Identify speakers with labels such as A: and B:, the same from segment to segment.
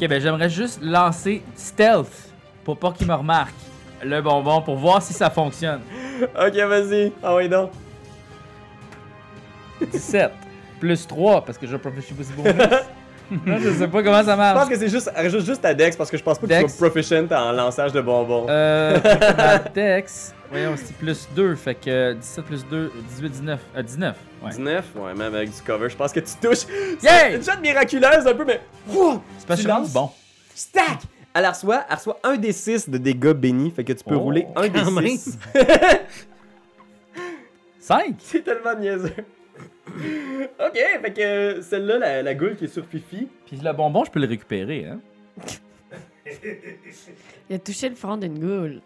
A: Ok, ben j'aimerais juste lancer stealth pour pas qu'il me remarque le bonbon pour voir si ça fonctionne.
B: Ok, vas-y. Ah oui, donc.
A: 17 plus 3 parce que je je suis pas si bon. Non, je sais pas comment ça
B: Je pense
A: marche.
B: que c'est juste, rajoute juste ta Dex parce que je pense pas que tu
A: Dex.
B: sois proficient en lançage de bonbons.
A: Euh, ma Dex, voyons, c'est plus 2, fait que 17 plus 2, 18, 19. Euh, 19, ouais.
B: 19? Ouais, même avec du cover, je pense que tu touches.
A: Yeah!
B: C'est Une shot miraculeuse un peu, mais. Ouah!
A: C'est parce
B: Tu
A: que je suis
B: lances?
A: bon.
B: Stack! Elle reçoit, elle reçoit un des 6 de dégâts bénis, fait que tu peux
A: Oh,
B: rouler un des
C: quand même.
B: 6.
A: 5?
B: C'est tellement niaiseux. ok, fait que euh, celle-là, la, la goule qui est sur Fifi.
A: Puis le bonbon, je peux le récupérer, hein.
C: Il a touché le fond d'une goule.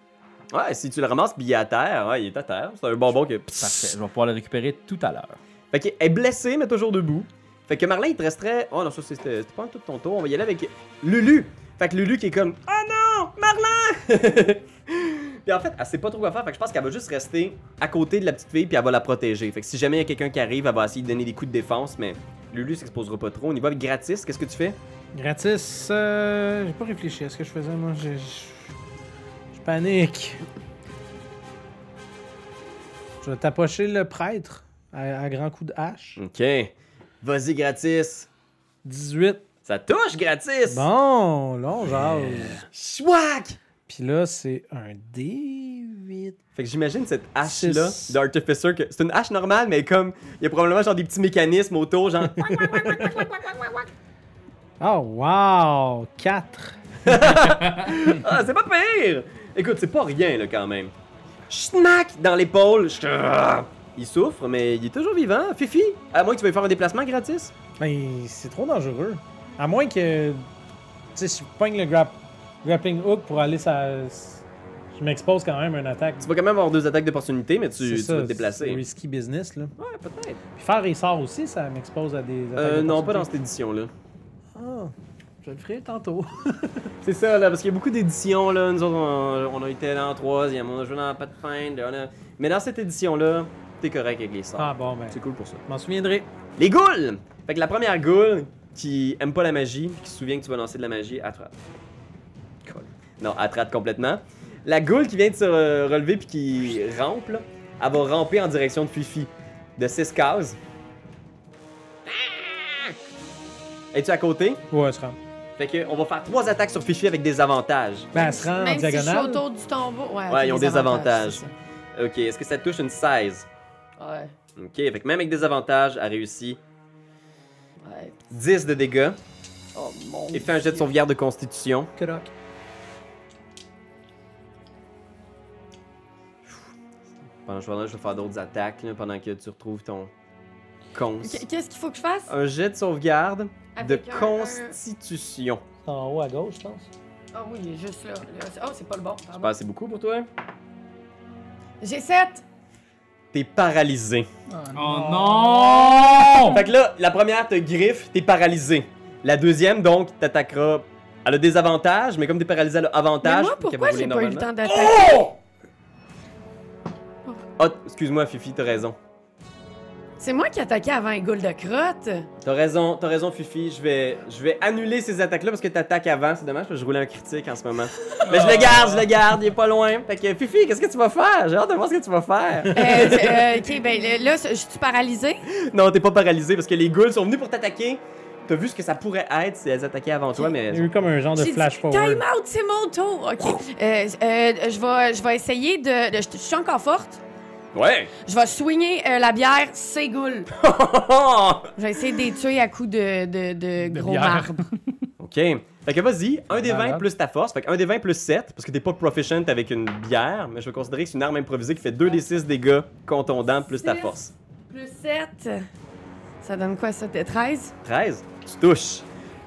B: Ouais, si tu le ramasses, puis il est à terre. Ouais, il est à terre. C'est un bonbon que.
A: Parfait, je vais pouvoir le récupérer tout à l'heure.
B: Fait qu'elle est blessée, mais toujours debout. Fait que Marlin, il te resterait. Oh non, ça, c'était c'était pas tout ton tour. On va y aller avec Lulu. Fait que Lulu qui est comme. Oh non, Marlin! puis en fait, elle sait pas trop quoi faire. Fait que je pense qu'elle va juste rester à côté de la petite fille, puis elle va la protéger. Fait que si jamais il y a quelqu'un qui arrive, elle va essayer de donner des coups de défense, mais Lulu s'exposera pas trop. On y va avec Gratis. Qu'est-ce que tu fais?
D: Gratis, euh, j'ai pas réfléchi à ce que je faisais, moi. Je, je- je panique. Je vais t'approcher le prêtre à, à grand coup de hache.
B: Ok. Vas-y, Gratis.
D: 18.
B: Ça touche, Gratis!
D: Bon, là, on jase.
B: Chouac!
D: Puis là, c'est un D8.
B: Fait que j'imagine cette hache-là
D: Six.
B: d'Artificer, que c'est une hache normale, mais comme il y a probablement genre des petits mécanismes autour, genre
D: Oh, wow! 4.
B: Ah, c'est pas pire! Écoute, c'est pas rien, là, quand même. Schnack dans l'épaule. Chut. Il souffre, mais il est toujours vivant. Fifi, à moins que tu veuilles faire un déplacement gratis.
D: Mais Ben, c'est trop dangereux. À moins que. Tu sais, si je pogne le grap- grappling hook pour aller, ça. Je m'expose quand même à une attaque.
B: Tu vas quand même avoir deux attaques d'opportunité, mais
D: C'est
B: tu, tu
D: ça,
B: vas te
D: c'est
B: déplacer.
D: risky business, là.
B: Ouais, peut-être.
D: Puis faire les sorts aussi, ça m'expose à des attaques.
B: Euh, non, pas dans
D: d'opportunité.
B: cette édition-là.
D: Ah, je le ferai tantôt.
B: C'est ça, là, parce qu'il y a beaucoup d'éditions, là. Nous autres, on, on a été dans la troisième, on a joué dans Pathfinder. on a- Mais dans cette édition-là, t'es correct avec les sorts.
D: Ah bon, ben,
B: C'est cool pour ça.
D: je m'en souviendrai.
B: Les ghouls! Fait que la première ghoul qui aime pas la magie, puis qui se souvient que tu vas lancer de la magie, attrape. Cool. Non, attrape complètement. La ghoul qui vient de se re- relever puis qui rampe, là, elle va ramper en direction de Fifi. De 6 cases. Ah! Es-tu à côté?
D: Ouais, elle se rend.
B: Fait que on va faire trois attaques sur Fifi avec des avantages.
D: Ben, elle se rend en
C: Même si je suis
D: diagonale.
C: autour du tombeau. Ouais,
B: Ouais, ils ont des avantages.
C: c'est
B: Ok, est-ce que ça touche une 16?
C: ça. Ouais,
B: Ok, fait que même avec des avantages, elle réussit
C: ouais.
B: 10 de dégâts
C: Oh mon
B: et fait un jet de sauvegarde de constitution.
D: Croc.
B: Pendant que je vais là, je vais faire d'autres attaques là, pendant que tu retrouves ton cons.
C: Dieu. Qu- Qu'est-ce qu'il faut que je fasse?
B: Un jet de sauvegarde
C: Avec
B: de
C: un- Ah
B: constitution.
D: C'est en haut à gauche, je pense.
C: un- Ah oui, il est juste là. Là, c'est- Oh, c'est pas le bon.
B: Je
C: pardon.
B: pense que c'est beaucoup pour toi.
C: J'ai 7.
B: T'es paralysé.
A: Oh non!
B: Fait que là, la première te griffe, t'es paralysé. La deuxième, donc, t'attaquera. Elle a des avantages, mais comme t'es paralysé, elle a
C: Mais
B: avantage.
C: moi,
B: puis qu'elle va
C: pourquoi j'ai pas eu
B: rouler
C: le
B: normalement.
C: temps d'attaquer?
B: Ah, excuse-moi, Fifi, t'as raison.
C: C'est moi qui attaquais avant un goule de crotte. Euh,
B: T'as raison, t'as raison, Fifi. Je vais, je vais annuler ces attaques-là parce que t'attaques avant. C'est dommage parce que je roulais un critique en ce moment. Mais je le garde, je le garde, il est pas loin. Fait que, Fifi, qu'est-ce que tu vas faire? J'ai hâte de voir ce que tu vas faire.
C: Euh, euh, ok, ben là, là, je suis paralysée.
B: Non, t'es pas paralysé parce que les ghouls sont venus pour t'attaquer. T'as vu ce que ça pourrait être si elles attaquaient avant toi, mais.
D: Il y a eu comme un genre de
C: J'ai dit,
D: flash
C: Time
D: forward.
C: out, c'est mon tour. Ok. Euh, euh, je vais, je vais essayer de. de- je, je suis encore forte.
B: Ouais!
C: Je vais swinguer euh, la bière, c'est goule. Je vais essayer de les tuer à coups de, de, de
A: De
C: gros
A: bière.
C: marbre.
B: ok. Fait que vas-y, un des 20
D: Malade.
B: plus ta force. Fait que un des 20 plus 7, parce que t'es pas proficient avec une bière, mais je vais considérer que c'est une arme improvisée qui fait 2 des 6 dégâts contondants plus ta
C: Six.
B: force.
C: Plus 7. Ça donne quoi, ça? t'es 13?
B: 13, tu touches.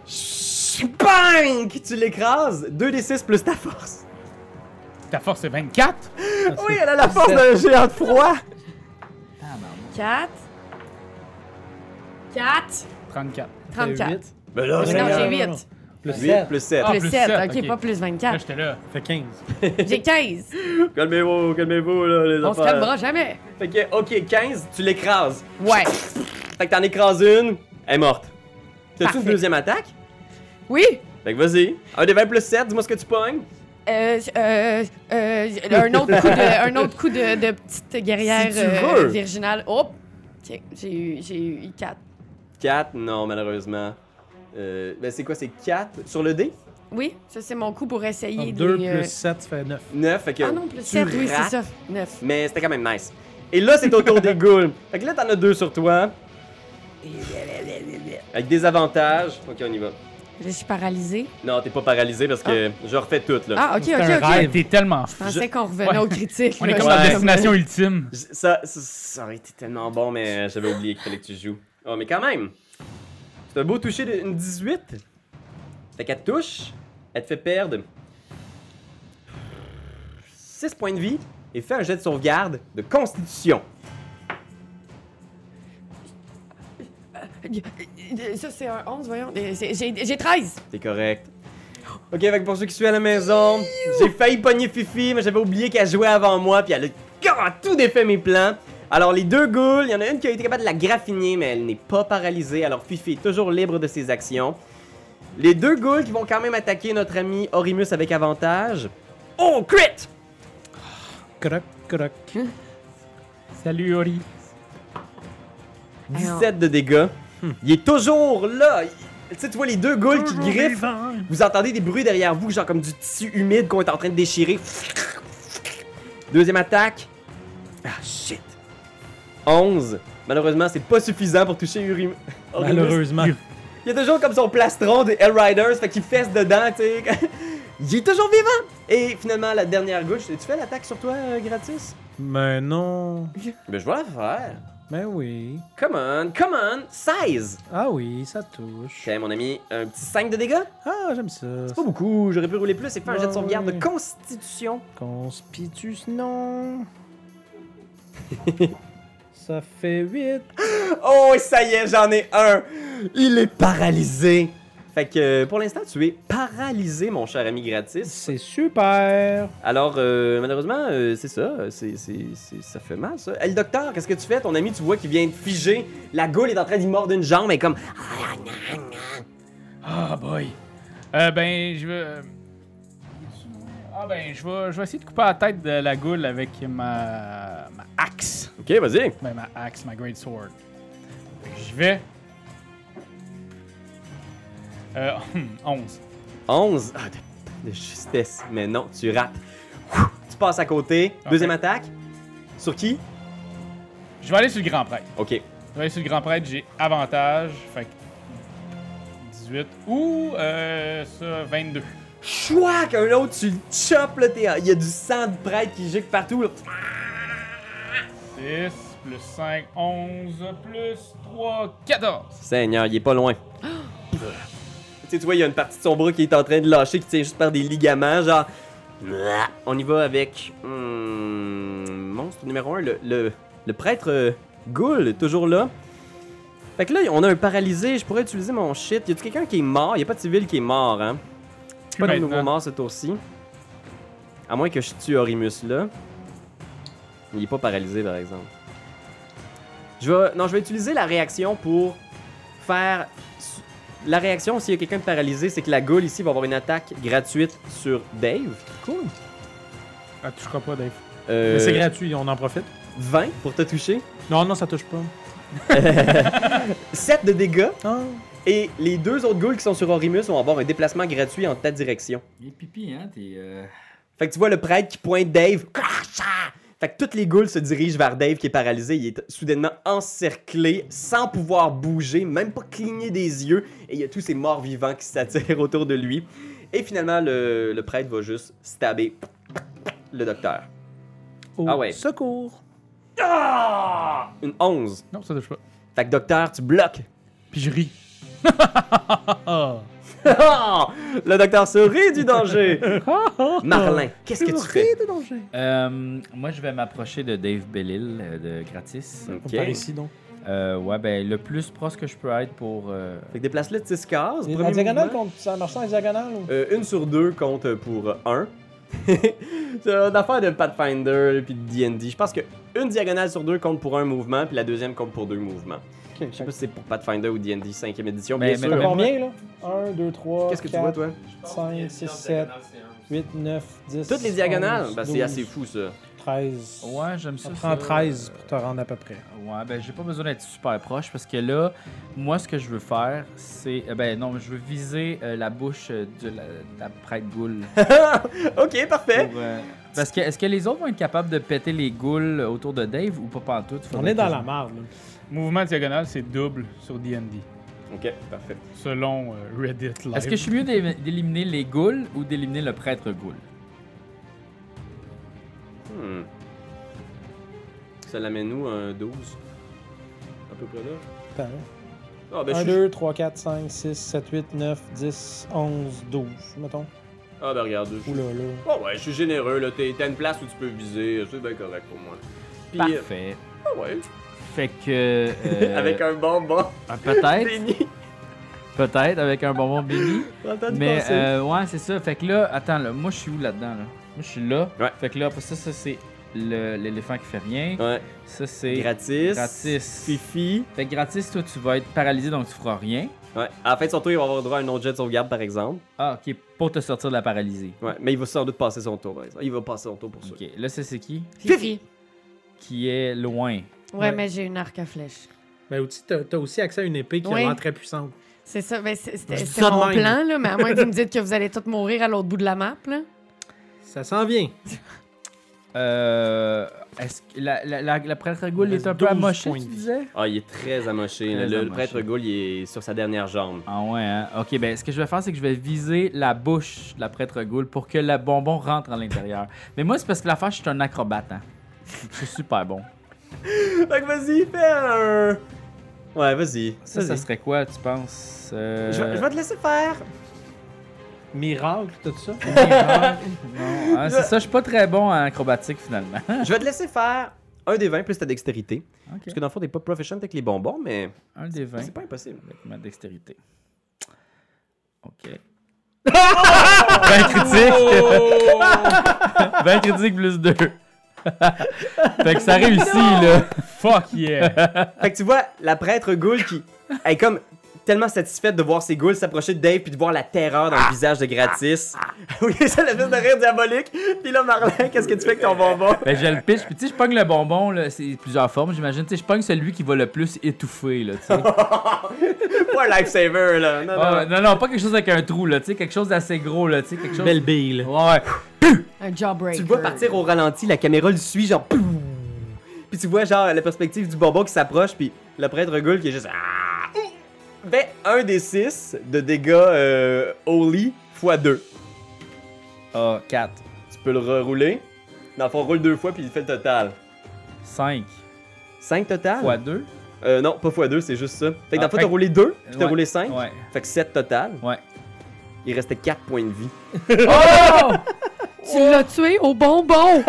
B: Chut, Bang! Tu l'écrases, 2 des 6 plus ta force.
A: Ta force est 24?
B: Oui, elle a la force d'un géant de froid!
C: 4. 4.
A: 34.
C: 34.
B: Mais là,
C: Non,
D: non,
C: j'ai
D: non, non.
C: 8.
D: Plus
B: 8
D: 7.
B: plus 7.
A: Ah,
C: Plus
A: plus
C: 7.
A: sept,
C: ok,
A: ok.
C: pas plus
A: Là,
C: 24.
A: j'étais là.
D: Fait 15.
C: J'ai 15.
B: Calmez-vous, calmez-vous, là, les
C: On se
B: affaires.
C: calmera jamais.
B: Fait que, ok, 15, tu l'écrases.
C: Ouais.
B: Fait que t'en écrases une, elle est morte. T'as-tu
C: Parfait.
B: une deuxième attaque?
C: Oui!
B: Fait que vas-y. Un des 20 plus 7, dis-moi ce que tu pognes.
C: Euh, euh, euh, un autre coup de, un autre coup de, de petite guerrière
B: Si tu
C: euh,
B: veux.
C: virginale. Oh! Ok, j'ai eu, j'ai eu 4.
B: 4, non, malheureusement. Euh, ben c'est quoi, c'est 4 sur le dé?
C: Oui, ça c'est mon coup pour essayer
D: 2
C: de.
D: plus 7, ça fait 9.
B: 9, fait que.
C: Ah non, plus
B: tu
C: 7, oui, c'est
B: rates,
C: ça. 9.
B: Mais c'était quand même nice. Et là, c'est au tour des ghouls. Fait que là, t'en as 2 sur toi. Avec des avantages. Ok, on y va.
C: Je suis paralysée.
B: Non, t'es pas paralysé parce que je refais tout, là.
C: Ah, ok,
D: C'est
C: ok,
D: un
C: ok.
D: rêve.
E: Hey, T'es tellement
C: Je
E: fou.
C: pensais
B: Je-
C: qu'on revenait
E: Ouais.
C: aux critiques.
E: On est
C: là.
E: comme la
B: Ouais.
E: destination ultime.
B: J- Ça, ça, ça aurait été tellement bon, mais euh, j'avais oublié qu'il fallait que tu joues. Oh, mais quand même! C'est un beau toucher d'une 18. Fait qu'elle te touche, elle te fait perdre 6 points de vie et fait un jet de sauvegarde de constitution.
C: Ça, c'est un 11, voyons. Euh, c'est- J'ai j'ai 13.
B: T'es correct. Ok, fait que pour ceux qui suivent à la maison, j'ai failli pogner Fifi, mais j'avais oublié qu'elle jouait avant moi, puis elle a carrément tout défait mes plans. Alors, les deux ghouls, il y en a une qui a été capable de la graffiner, mais elle n'est pas paralysée, alors Fifi est toujours libre de ses actions. Les deux ghouls qui vont quand même attaquer notre ami Orimus avec avantage. Oh, crit!
D: Croc, croc.
E: Salut Ori.
B: 17 de dégâts. Il est toujours là! Il- Tu sais, tu vois les deux ghouls qui griffent. Vous entendez des bruits derrière vous, genre comme du tissu humide qu'on est en train de déchirer. Deuxième attaque. Ah shit. 11. Malheureusement, c'est pas suffisant pour toucher Urim. Orimus.
D: Malheureusement.
B: Il y a toujours comme son plastron des Hellriders, fait qu'il fesse dedans, tu sais. Il est toujours vivant! Et finalement, la dernière gauche, tu fais l'attaque sur toi euh, gratis?
D: Mais non.
B: Ben, je vais la faire.
D: Mais oui.
B: Come on, come on! 16!
D: Ah oui, ça touche.
B: Ok, mon ami, un petit 5 de dégâts?
D: Ah, j'aime ça.
B: Pas beaucoup, j'aurais pu rouler plus et faire un jet de
D: Ouais,
B: sauvegarde
D: ouais.
B: de constitution.
D: Conspitus, non. ça fait 8.
B: Oh, et ça y est, j'en ai un. Il est paralysé. Fait que euh, pour l'instant, tu es paralysé, mon cher ami gratis.
D: C'est super.
B: Alors, euh, malheureusement, euh, c'est ça. euh, c'est- c'est- c'est- ça fait mal, ça. Eh, le docteur, qu'est-ce que tu fais? Ton ami, tu vois qu'il vient de figer. La goule est en train d'y mordre une jambe. Elle est comme.
E: Ah boy. Euh, ben, je veux. Ah ben, je vais, je vais essayer de couper la tête de la goule avec ma, ma axe.
B: Ok, vas-y.
E: Ben, ma axe, ma great sword. Fait que J'y vais. Euh, 11.
B: 11. Ah, de, de justesse. Mais non, tu rates. Ouh, Tu passes à côté. Deuxième attaque. Sur qui?
E: Je vais aller sur le grand prêtre.
B: Ok.
E: Je vais aller sur le grand prêtre, j'ai avantage. Fait que 18 ou euh, ça, 22.
B: Chouac! Un autre, tu le chopes, là. t'es- Il y a du sang de prêtre qui gicle partout, là.
E: 6 plus 5, 11 plus 3, 14.
B: Seigneur, il est pas loin. tu sais, tu vois, il y a une partie de son bras qui est en train de lâcher, qui tient juste par des ligaments, genre. On y va avec. hmm, monstre numéro 1, le, le, le prêtre euh, Ghoul, toujours là. Fait que là, on a un paralysé, je pourrais utiliser mon shit. Y a quelqu'un qui est mort Y a pas de civil qui est mort, hein
E: Plus
B: Pas de
E: maintenant.
D: hein.
B: nouveau mort ce tour-ci. À moins que je tue Orimus là. Il est pas paralysé par exemple. Je vais, non, je vais utiliser la réaction pour faire. La réaction, s'il y a quelqu'un de paralysé, c'est que la goule ici va avoir une attaque gratuite sur Dave.
D: Cool. Ça touchera Ah, pas, Dave.
B: Euh,
D: Mais c'est gratuit, on en profite.
B: 20 pour te toucher.
D: Non, non, ça touche pas.
B: 7 de dégâts.
D: Ah.
B: Et les deux autres ghouls qui sont sur Orimus vont avoir un déplacement gratuit en ta direction.
A: Il est pipi, hein, t'es. euh,
B: Fait que tu vois le prêtre qui pointe Dave. Crachat! Fait que toutes les ghouls se dirigent vers Dave qui est paralysé. Il est soudainement encerclé, sans pouvoir bouger, même pas cligner des yeux. Et il y a tous ces morts vivants qui s'attirent autour de lui. Et finalement, le, le prêtre va juste stabber le docteur.
D: Au
B: Ah ouais.
D: Secours.
B: Une 11.
E: Non, ça touche pas.
B: Fait que docteur, tu bloques.
E: Puis je ris.
D: Ah.
B: le docteur se rit du danger. Marlin, qu'est-ce que
D: Vous
B: tu fais?
D: riez de danger.
A: euh, moi, je vais m'approcher de Dave Bellil euh, de Gratis.
D: On
B: Ok.
D: part ici, donc.
A: Euh, ouais, ben, le plus proche que je peux être pour. euh,
B: Fait que déplace-le de 6 cases.
D: Et
B: Premier
D: En diagonale,
B: mouvement.
D: contre- ça marche en diagonale ou...
B: Euh, une sur deux compte pour un. C'est une affaire de Pathfinder puis de D&D. Je pense que une diagonale sur deux compte pour un mouvement, puis la deuxième compte pour deux mouvements. Je sais pas si c'est pour Pathfinder ou DD 5ème édition,
A: Mais-
B: bien
A: mais
B: sûr.
A: comment-
D: Combien, là 1, 2, 3,
B: Qu'est-ce que tu vois, toi
D: 5, 6, 7, 8, 9, 10.
B: Toutes les diagonales
D: 11,
B: Bah, c'est
D: 12,
B: assez fou, ça.
D: 13.
A: Ouais, j'aime ça.
D: Ça prend
A: ça.
D: 13 pour te rendre à peu près.
A: Ouais, ben j'ai pas besoin d'être super proche parce que là, moi ce que je veux faire, c'est. euh, Ben non, je veux viser euh, la bouche euh, de la, de la prêtre goule.
B: ok, parfait.
A: pour, euh, parce que est-ce que les autres vont être capables de péter les goules autour de Dave ou pas pantoute?
D: On
A: Faudrait
D: est dans
A: que-
D: la marde, là.
E: Mouvement diagonal, c'est double sur D&D,
B: Ok, parfait.
E: selon euh, Reddit Live.
A: Est-ce que je suis mieux d'é- d'éliminer les ghouls ou d'éliminer le prêtre ghoul?
B: Hmm. Ça l'amène nous un 12 À peu près là.
D: Attends, hein.
B: Ah, ben,
D: 1,
B: je suis-
D: 2, 3, 4, 5, 6, 7, 8, 9, 10, 11, 12, mettons.
B: Ah, ben regarde. Je...
D: Oula, là.
B: Oh, ouais, je suis généreux, là. T'es- T'as une place où tu peux viser. C'est bien correct pour moi. Puis, euh,
A: Parfait.
B: ah ouais.
A: Fait que. euh,
B: Avec un bonbon.
A: ah, Peut-être.
B: Béni.
A: peut-être avec un bonbon béni.
B: Entendu
A: Mais
B: passer.
A: euh, ouais, c'est ça. Fait que là, attends, là, moi je suis où là-dedans? Là? Moi je suis là.
B: Ouais.
A: Fait que là, après ça, ça c'est le- l'éléphant qui fait rien.
B: Ouais.
A: Ça c'est.
B: Gratis.
A: Gratis.
B: Fifi.
A: Fait que gratis, toi tu vas être paralysé donc tu feras rien.
B: Ouais. À la fin de son tour, il va avoir droit à un autre jet de sauvegarde, par exemple.
A: Ah, ok, pour te sortir de la paralysie.
B: Ouais. Mais il va sans doute passer son tour, par exemple. Il va passer son tour pour ça.
A: Ok, là ça c'est qui?
C: Fifi.
A: Qui est loin.
C: Ouais,
D: Ouais.
C: mais j'ai une arc à flèche.
D: Mais aussi, Ben, t'as t'as aussi accès à une épée qui
C: Oui.
D: est très puissante.
C: C'est ça, ben c'est- c'était
D: Je dis
C: c'était
D: ça de
C: mon
D: même.
C: plan, là, mais à moins que vous me dites que vous allez tous mourir à l'autre bout de la map, là.
D: Ça s'en vient.
A: Euh. Est-ce que la, la, la, la prêtre Ghoul
D: Il
A: est un
D: reste
A: peu
D: 12
A: amochée,
D: points
A: tu
D: de vie.
A: disais?
B: Ah, il est très amoché.
A: Très
B: là. le, le
A: amoché.
B: prêtre Ghoul, il est sur sa dernière jambe.
A: Ah ouais, hein? Ok, ben ce que je vais faire, c'est que je vais viser la bouche de la prêtre Ghoul pour que le bonbon rentre à l'intérieur. Mais moi, c'est parce que l'affaire, je suis un acrobate, hein. Je suis super bon.
B: Fait que vas-y, fais un. Ouais, vas-y.
A: Ça, ça
B: Vas-y.
A: serait quoi, tu penses? Euh,
B: Je, vais- je vais te laisser faire.
D: Miracle, tout ça.
A: non, hein, c'est ça, je suis pas très bon en acrobatique finalement.
B: je vais te laisser faire un des 20 plus ta dextérité.
A: Ah. Ok,
B: Parce que dans le fond, t'es pas proficient avec les bonbons, mais
A: un des 20
B: c'est pas impossible.
A: avec ma dextérité. Ok. 20 critiques!
B: Oh!
A: 20 critiques plus 2. fait que ça réussit, là.
E: Fuck yeah!
B: Fait que tu vois la prêtre Ghoul qui est comme tellement satisfaite de voir ses ghouls s'approcher de Dave puis de voir la terreur dans le visage de Gratis. oui, c'est l'espèce de rire diabolique. Puis là, Marlin, qu'est-ce que tu fais avec ton bonbon?
A: Ben, je le pitch. Puis, tu sais, je pogne le bonbon, là. C'est plusieurs formes, j'imagine. Tu sais, je pogne celui qui va le plus étouffer, là, tu sais.
B: Pas un lifesaver, là. Non,
A: Ah,
B: non.
A: ouais, non, non, pas quelque chose avec un trou, là. Tu sais, quelque chose d'assez gros, là. Tu sais, quelque chose.
D: Belle bille, là.
A: Ouais, ouais.
C: Un jawbreaker.
B: Tu le vois partir au ralenti, la caméra le suit, genre. poum. Puis tu vois, genre, la perspective du bonbon qui s'approche, puis le prêtre Ghoul qui est juste. Ah! Fait un des six de dégâts euh, Holy x 2.
A: Ah, 4,
B: Tu peux le rerouler. Dans le fond, roule deux fois, puis il fait le total.
A: 5
B: 5 total
A: x 2.
B: Euh, non, pas x2, c'est juste ça. Fait que dans le
A: Ah,
B: fond,
A: fait
B: t'as
A: que-
B: roulé 2, puis t'as
A: Ouais,
B: roulé 5.
A: Ouais.
B: Fait que 7 total.
A: Ouais.
B: Il restait 4 points de vie.
A: Oh!
C: Tu l'as tué au bonbon!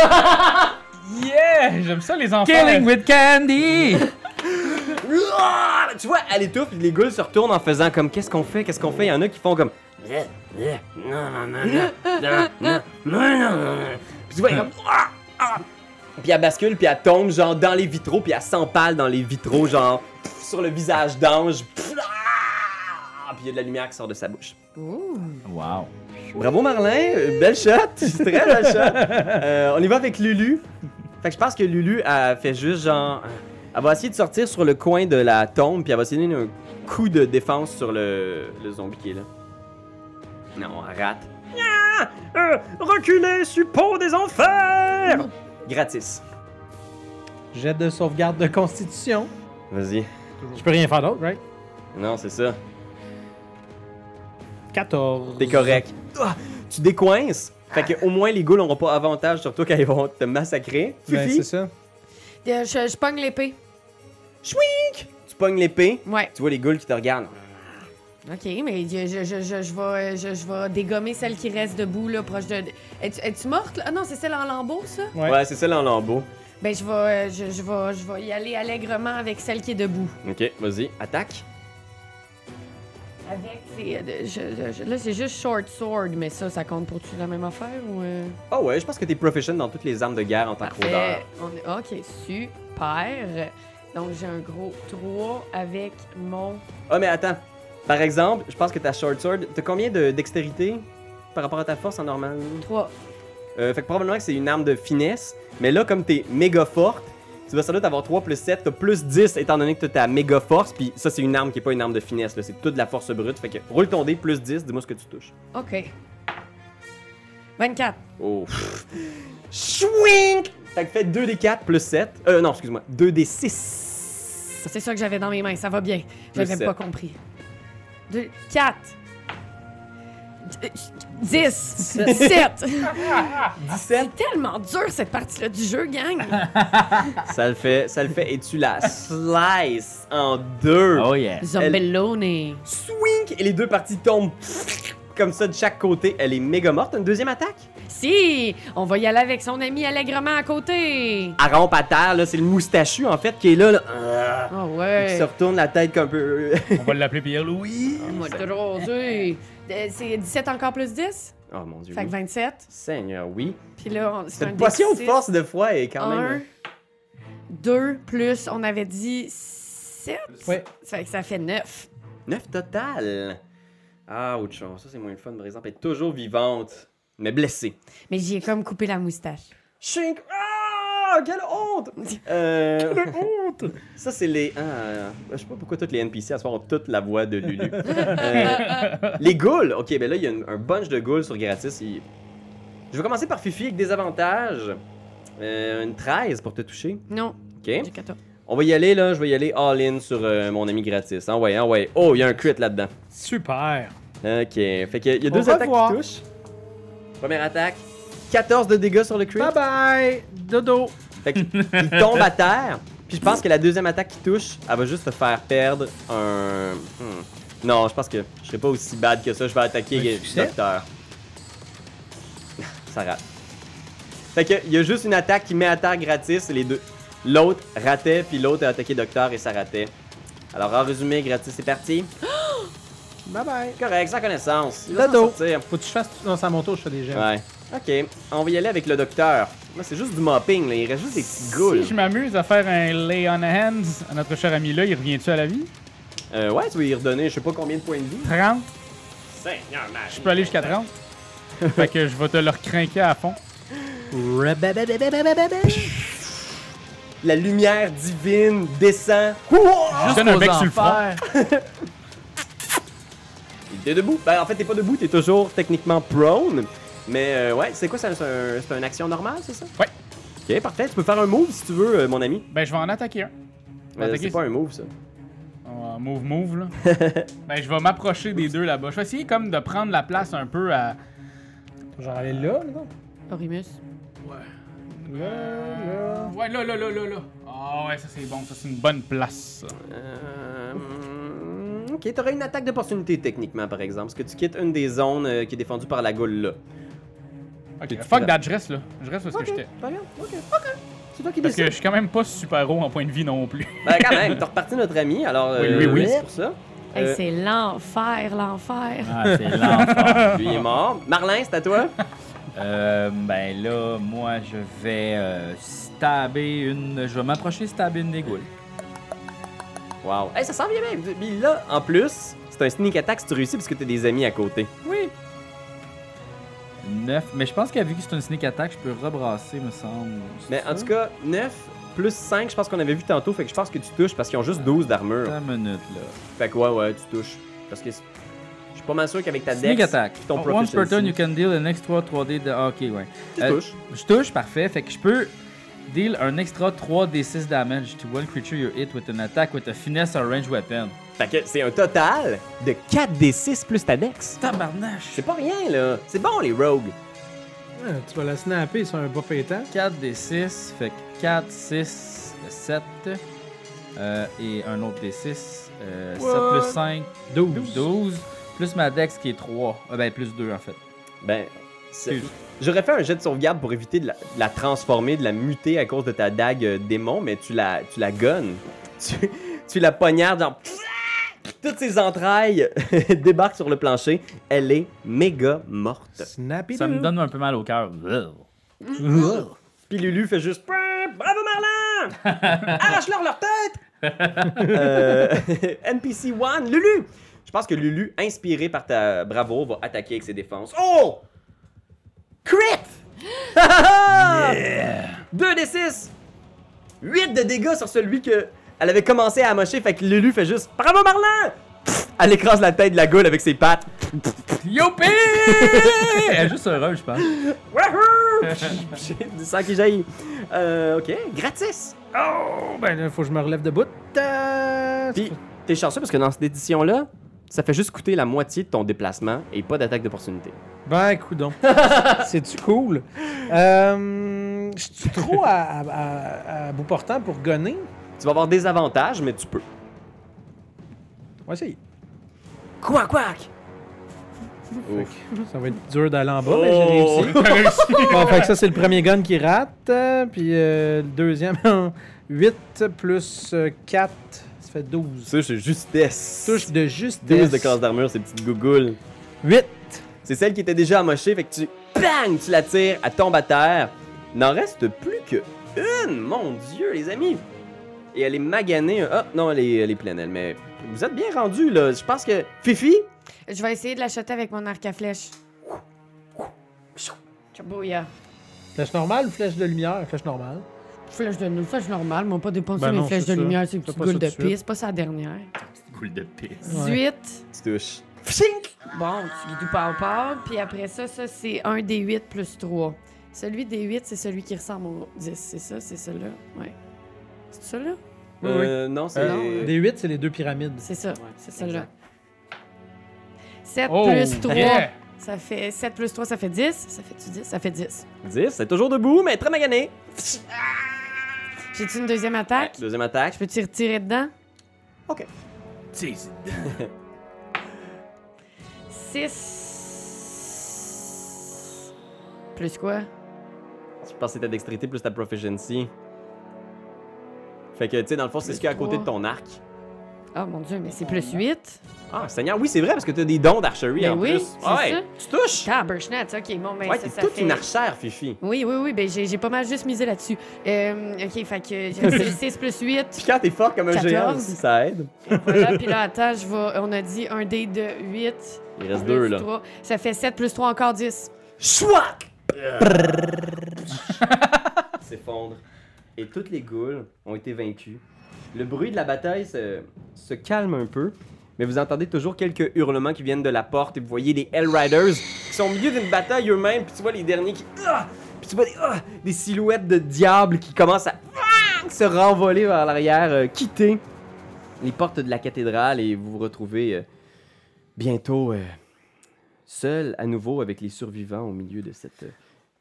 E: Yeah! Eh, J'aime ça, les enfants!
A: Killing with candy!
B: Ah! Tu vois, à l'étouffe, puis les ghouls se retournent en faisant comme qu'est-ce qu'on fait, qu'est-ce qu'on fait. Il y en a qui font comme. Non, non, non, non, non, non, non, non, non, non. Puis tu vois, elle est comme. Ah! Ah! Puis elle bascule, puis elle tombe, genre, dans les vitraux, puis elle s'empale dans les vitraux, genre, pff, sur le visage d'ange. Pff, ah! Puis il y a de la lumière qui sort de sa bouche.
C: Ouh.
A: Wow.
B: Bravo Marlin, euh, belle shot, très belle shot. Euh, on y va avec Lulu. Fait que je pense que Lulu a fait juste genre, euh, elle va essayer de sortir sur le coin de la tombe puis elle va essayer de donner un coup de défense sur le, le zombie qui est là. Non, elle rate. Ah! Euh, reculez, suppôt des enfers. Gratis.
D: Jet de sauvegarde de constitution.
B: Vas-y.
D: Je peux rien faire d'autre, right?
B: Non, c'est ça.
D: 14.
B: T'es correct. Ah, tu décoinces. Fait que au moins les ghouls n'auront pas avantage sur toi quand ils vont te massacrer.
D: Ben,
B: Fifi,
D: c'est ça.
C: Euh, Je, je pogne l'épée.
B: tu pognes l'épée.
C: Ouais.
B: Tu vois les ghouls qui te regardent.
C: OK, mais je, je, je, je, je vais, je, je vais dégommer celle qui reste debout, là, proche de... Es-tu es-tu morte, là? Ah non, c'est celle en lambeau, ça?
D: Ouais.
B: Ouais, c'est celle en lambeau.
C: Ben, je vais, euh, je, je vais, je vais y aller allègrement avec celle qui est debout.
B: Ok, vas-y, attaque.
C: Avec... c'est, euh, je- je- je- là, c'est juste short sword, mais ça, ça compte pour-tu la même affaire ou... euh?
B: Ah ouais, je pense que t'es proficient dans toutes les armes de guerre en tant que
C: Parfait.
B: rôdeur.
C: On est... OK, super. Donc j'ai un gros 3 avec mon.
B: Ah, mais attends. Par exemple, je pense que ta short sword, t'as combien de dextérité par rapport à ta force en normal?
C: 3.
B: Euh, fait que probablement que c'est une arme de finesse, mais là, comme t'es méga forte, tu vas sans doute avoir 3 plus 7, t'as plus 10 étant donné que t'as ta méga force, puis ça, c'est une arme qui est pas une arme de finesse, là, c'est toute de la force brute. Fait que roule ton dé, plus 10, dis-moi ce que tu touches.
C: OK. 24.
B: Oh. Chouink! Fait que fais 2 des 4 plus 7. Euh, non, excuse-moi, 2 des 6.
C: C'est ça que j'avais dans mes mains, ça va bien.
B: Plus
C: J'avais
B: sept.
C: pas compris. 2, 4. 10. 7.
B: 17,
C: C'est tellement dur cette partie-là du jeu, gang.
B: ça le fait, ça le fait, et tu la slices en deux.
A: Oh yeah.
C: Zombellone.
B: Swink! Et les deux parties tombent comme ça de chaque côté. Elle est méga morte. Une deuxième attaque?
C: Si, on va y aller avec son ami allègrement à côté.
B: Elle rampe à terre, là, c'est le moustachu en fait qui est là. là. Ah.
C: Ah
B: Il
C: ouais.
B: se retourne la tête comme peu.
E: On va l'appeler Pierre-Louis.
C: Moi, drôle, Euh, C'est 17 encore plus 10?
B: oh mon dieu.
C: Fait que
B: oui.
C: 27.
B: Seigneur, oui.
C: Puis là, on- c'est un
B: Cette potion de
C: D6.
B: force de foi est quand
C: Un,
B: même.
C: deux, plus, on avait dit 7.
D: Ouais.
C: Ça fait que ça fait 9.
B: 9 total. Ah, autre chose. Ça, c'est moins le fun, par exemple. Elle est toujours vivante, mais blessée.
C: Mais j'y ai comme coupé la moustache.
B: Chink! Ah! Quelle honte! Euh... Quelle honte! Ça, c'est les. Ah, je sais pas pourquoi toutes les NPC à ce soir ont toute la voix de Lulu. Euh, les ghouls! Ok, ben là, il y a une- un bunch de ghouls sur gratis. Il- Je vais commencer par Fifi avec des avantages. Euh, une 13 pour te toucher.
C: Non,
B: Ok.
C: j'ai 14.
B: On va y aller, là. Je vais y aller all-in sur euh, mon ami gratis. Hein, ouais, hein, ouais. Oh, il y a un crit là-dedans.
D: Super.
B: Ok. Fait que il y a
D: On
B: deux
D: va
B: attaques
D: voir.
B: qui touchent. Première attaque. 14 de dégâts sur le crit.
D: Bye bye.
A: Dodo.
B: Fait qu'il il tombe à terre. Puis je pense que la deuxième attaque qui touche, elle va juste te faire perdre un. hmm. Non, je pense que je serai pas aussi bad que ça. Je vais attaquer
E: Un
B: le
E: succès?
B: docteur. ça rate. Fait que il y a juste une attaque qui met à terre gratis les deux. L'autre ratait, puis l'autre a attaqué docteur et ça ratait. Alors en résumé, gratis, c'est parti.
D: Bye bye.
B: Correct, sans connaissance. Il va
D: Dodo.
B: s'en sortir.
D: Faut que tu fasses. Non, c'est à mon tour, je fais des jets.
B: Ouais. Ok, on va y aller avec le docteur. Moi, c'est juste du mopping, là. Il reste juste des petits
E: Si
B: ghouls.
E: je m'amuse à faire un lay on hands à notre cher ami là, il revient-tu à la vie?
B: Euh, ouais, tu vas y redonner, je sais pas combien de points de vie.
E: 30?
B: Seigneur Marie.
E: Je peux aller jusqu'à 30? fait que je vais te le recrinquer à fond.
B: La lumière divine descend. Ouah!
E: Je
A: Juste
E: donne un
A: aux
E: bec sur le front.
A: enfers.
B: Il est debout. Ben, en fait, t'es pas debout, t'es toujours techniquement prone. Mais euh, ouais, c'est quoi ça? C'est un- c'est une action normale, c'est ça?
E: Ouais.
B: Ok, parfait. Tu peux faire un move si tu veux, euh, mon ami.
E: Ben, je vais en attaquer un.
B: Euh,
E: Attaquer,
B: c'est pas un move, ça.
E: Oh, move, move, là. ben, je vais m'approcher des deux là-bas. Je vais essayer comme de prendre la place un peu à.
D: Genre aller là, là.
C: Orimus.
D: Là, là.
E: Ouais, là, là, là, là, là. Ah, ouais, ça c'est bon, ça c'est une bonne place. ça.
B: Euh, mm, ok, t'aurais une attaque d'opportunité techniquement, par exemple. Parce que tu quittes une des zones euh, qui est défendue par la goule là.
E: Ok,
B: T'es-tu
E: fuck
B: prêt?
E: that, je reste là. Je reste où est-ce que j'étais.
B: pas bien. Ok, ok. C'est toi qui
E: Parce
B: décides.
E: que je suis quand même pas super haut en point de vie non plus.
B: Ben, quand même, t'as reparti notre ami, alors.
E: Oui, oui, oui.
B: C'est pour ça.
C: Hey,
B: Euh,
C: c'est l'enfer, l'enfer.
A: Ah, c'est l'enfer.
B: lui est mort. Marlin, c'est à toi.
A: Euh, ben là, moi, je vais euh, stabber une. Je vais m'approcher stabber une des goules.
B: Wow. Hey, ça sent bien, même. Puis là, en plus, c'est un sneak attack si tu réussis parce que t'as des amis à côté.
A: Oui. 9. Mais je pense que vu que c'est une sneak attack, je peux rebrasser, me semble.
B: Mais en tout cas, 9 plus 5, je pense qu'on avait vu tantôt, fait que je pense que tu touches parce qu'ils ont juste 12 d'armure.
A: 1 minute là.
B: Fait que ouais, ouais, tu touches. Parce que c'est- je suis pas mal sûr qu'avec ta dex,
A: Sneak attack.
B: ton
A: Oh, Once per
B: proficiency.
A: turn, you can deal an extra 3D de. ah, ok, ouais.
B: tu
A: Euh,
B: touches.
A: Je touche, parfait. Fait que je peux deal un extra 3D6 damage to one creature you hit with an attack with a finesse or range weapon.
B: Fait que c'est un total de 4d6 plus ta dex.
A: Tabarnache!
B: C'est pas rien, là. C'est bon, les rogues.
D: Ah, Tu vas la snapper sur un bas pétant.
A: 4 des 6, fait que 4, 6, 7, euh, et un autre des 6, euh, 7
B: What?
A: plus 5, 12, 12, plus ma dex qui est 3, ah ben plus 2 en fait.
B: Ben, c'est-
A: Excuse.
B: j'aurais fait un jet de sauvegarde pour éviter de la, de la transformer, de la muter à cause de ta dague euh, démon, mais tu la, tu la gonnes. Tu, tu la poignardes, genre. Toutes ses entrailles débarquent sur le plancher. Elle est méga morte.
D: Snappy.
A: Ça me donne un peu mal au cœur.
B: Puis Lulu fait juste. Bravo Marlin! Marlan! Arrache-leur leur tête! Euh, NPC One, Lulu! Je pense que Lulu, inspiré par ta bravoure, va attaquer avec ses défenses. Oh! Crit! 2 des 6! 8 de dégâts sur celui que elle avait commencé à amocher, fait que Lulu fait juste Bravo Marlan! Pff, Elle écrase la tête de la goule avec ses pattes.
A: Youpi! Elle est juste heureuse, je pense.
B: Wahoo! J'ai du sang qui jaillit. Euh, ok, gratis!
D: Oh, ben là, faut que je me relève de bout. Euh,
B: Puis, t'es chanceux parce que dans cette édition-là, ça fait juste coûter la moitié de ton déplacement et pas d'attaque d'opportunité.
D: Ben, coudon. C'est-tu cool? Euh, je suis trop à, à- à- à bout portant pour gonner?
B: Tu vas avoir des avantages, mais tu peux.
D: On va essayer.
B: Quoi, quack! Ouf.
D: Ça va être dur d'aller en bas, mais j'ai réussi.
E: T'as réussi.
D: Bon, fait que ça, c'est le premier gun qui rate. euh, Puis euh, le deuxième, 8 plus 4, ça fait 12.
B: Ça, c'est justesse.
D: Touche de juste
B: 12 de classe d'armure, ces petites gougoules.
D: 8.
B: C'est celle qui était déjà amochée, fait que tu. Bang! Tu la tires, elle tombe à terre. N'en reste plus que une, mon dieu, les amis! Et elle est maganée. Ah, non, elle est, elle est pleine, elle, mais. Vous êtes bien rendus, là. Je pense que. Fifi?
C: Je vais essayer de la shotter avec mon arc à flèche. Chabouya.
D: Flèche normale ou flèche de lumière? Flèche normale.
C: Flèche de une flèche normale, m'ont pas dépensé
D: Ben
C: mes
D: non,
C: flèches
D: c'est
C: de
D: ça.
C: lumière, c'est une
D: Fais
C: petite
D: pas ça
C: boule de
D: tout de suite.
C: pisse, pas sa dernière.
A: Cool de pisse.
C: 18.
B: Tu touches.
C: Bon, tu du pas part, puis après ça, ça c'est un des 8 plus 3. Celui des 8, c'est celui qui ressemble au 10, c'est ça, c'est celui-là. Ouais. C'est celui-là?
D: Oui,
B: Euh, non, c'est.
C: Non.
D: Des 8, c'est les deux pyramides.
C: C'est ça, c'est celui-là. 7
E: Oh,
C: plus 3,
E: yeah.
C: ça fait 7 plus 3, ça fait 10. Ça fait-tu 10? Ça fait 10.
B: 10, c'est toujours debout, mais très magané.
C: J'ai-tu une deuxième attaque?
B: Deuxième
C: Je
B: attaque.
C: peux-tu retirer dedans?
E: Tu sais,
C: 6. Plus quoi?
B: Je pense que c'est ta dextérité plus ta proficiency. Fait que, tu sais, dans le fond, c'est
C: Plus
B: ce qu'il y a à côté de
C: trois.
B: ton arc.
C: Ah mon dieu, mais c'est plus 8.
B: Ah, Seigneur, oui, c'est vrai, parce que t'as des dons d'archerie
C: Ben
B: en
C: oui,
B: plus.
C: c'est ça.
B: ouais, tu touches.
C: Taberchnatz, ok, bon, ben
B: ouais,
C: ça,
B: t'es
C: ça
B: toute
C: fait...
B: une archère, Fifi.
C: Oui, oui, oui, ben j'ai j'ai pas mal juste misé là-dessus. Euh, ok, fait que j'ai 6 plus 8.
B: Puis quand t'es fort comme un géant
C: 14.
B: aussi, ça aide.
C: Voilà, puis là, attends, je vais, on a dit un dé de 8.
B: Il reste
C: plus
B: deux, là.
C: 3. Ça fait 7 plus 3, encore 10.
B: Chouac! S'effondre. Et toutes les goules ont été vaincues. Le bruit de la bataille se, se calme un peu, mais vous entendez toujours quelques hurlements qui viennent de la porte et vous voyez des Hellriders qui sont au milieu d'une bataille eux-mêmes, puis tu vois les derniers qui. Ah! Puis tu vois des, ah! des silhouettes de diables qui commencent à ah! se renvoler vers l'arrière, euh, quitter les portes de la cathédrale et vous vous retrouvez euh, bientôt. euh, seul à nouveau avec les survivants au milieu de cette euh,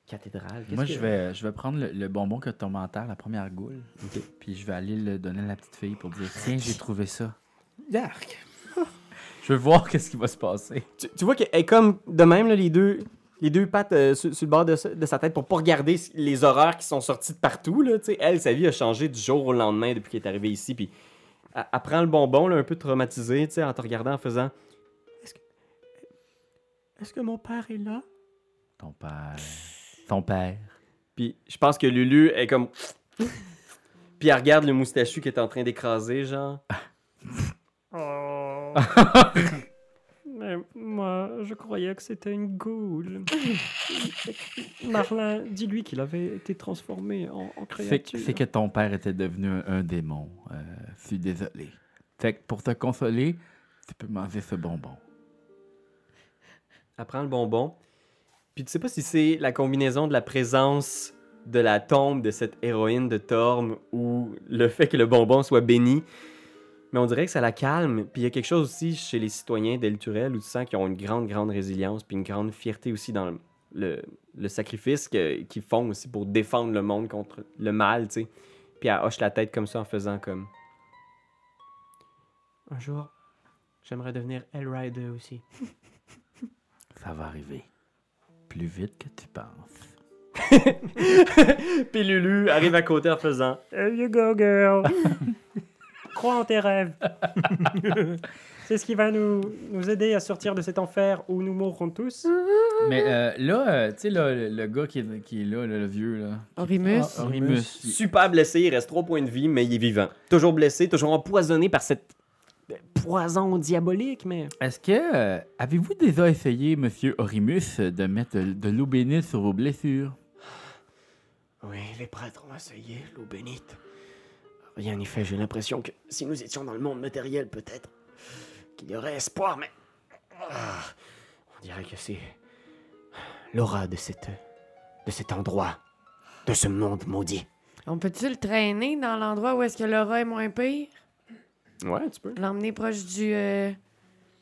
B: cathédrale. Qu'est-ce
A: Moi,
B: que-
A: je vais, je vais prendre le, le bonbon que t'as tombé en terre, la première goule, puis je vais aller le donner à la petite fille pour dire Tiens, j'ai trouvé ça.
D: Dark.
A: Je veux voir qu'est-ce qui va se passer.
B: Tu, tu vois qu'elle est comme de même, là, les, deux, les deux pattes euh, sur, sur le bord de, sa- de sa tête pour pas regarder s- les horreurs qui sont sorties de partout. Là, tu sais. elle, sa vie a changé du jour au lendemain depuis qu'elle est arrivée ici. Puis elle, elle prend le bonbon, là, un peu traumatisée, tu sais, en te regardant en faisant Est-ce que, est-ce que mon père est là
A: Ton père. Ton père.
B: Puis je pense que Lulu est comme. Puis elle regarde le moustachu qui est en train d'écraser, genre.
F: Mais moi, je croyais que c'était une goule. Marlin, dis-lui qu'il avait été transformé en, en
A: Fait,
F: créature.
A: fait que ton père était devenu un, un démon. Euh, je suis désolé. Fait que pour te consoler, tu peux manger ce bonbon.
B: Elle prend le bonbon. Puis tu sais pas si c'est la combinaison de la présence de la tombe de cette héroïne de Torme ou le fait que le bonbon soit béni. Mais on dirait que ça la calme. Puis il y a quelque chose aussi chez les citoyens d'El Turel où tu sens qu'ils ont une grande, grande résilience puis une grande fierté aussi dans le, le- le sacrifice que- qu'ils font aussi pour défendre le monde contre le mal, tu sais. Puis elle hoche la tête comme ça en faisant comme...
F: Un jour, j'aimerais devenir Hellrider aussi.
A: Ça va arriver. Plus vite que tu penses.
B: Puis Lulu arrive à côté en faisant...
F: There you go, girl. Crois en tes rêves. C'est ce qui va nous, nous aider à sortir de cet enfer où nous mourrons tous.
B: Mm.
A: Mais euh, là, euh, tu sais, là, le, le gars qui est, qui est là, le, le vieux, là.
C: Orimus.
D: Ah,
A: Orimus.
B: Super blessé, il reste 3 points de vie, mais il est vivant. Toujours blessé, toujours empoisonné par cette euh, poison diabolique, mais...
A: Est-ce que. euh, Avez-vous déjà essayé, monsieur Orimus, de mettre de l'eau bénite sur vos blessures?
B: Oui, les prêtres ont essayé, l'eau bénite. Rien n'y fait, j'ai l'impression que si nous étions dans le monde matériel, peut-être qu'il y aurait espoir, mais. Ah, on dirait que c'est. l'aura de cette. de cet endroit. de ce monde maudit.
C: Ah. On peut-tu le traîner dans l'endroit où est-ce que l'aura est moins pire?
B: Ouais, tu peux.
C: L'emmener proche du... euh,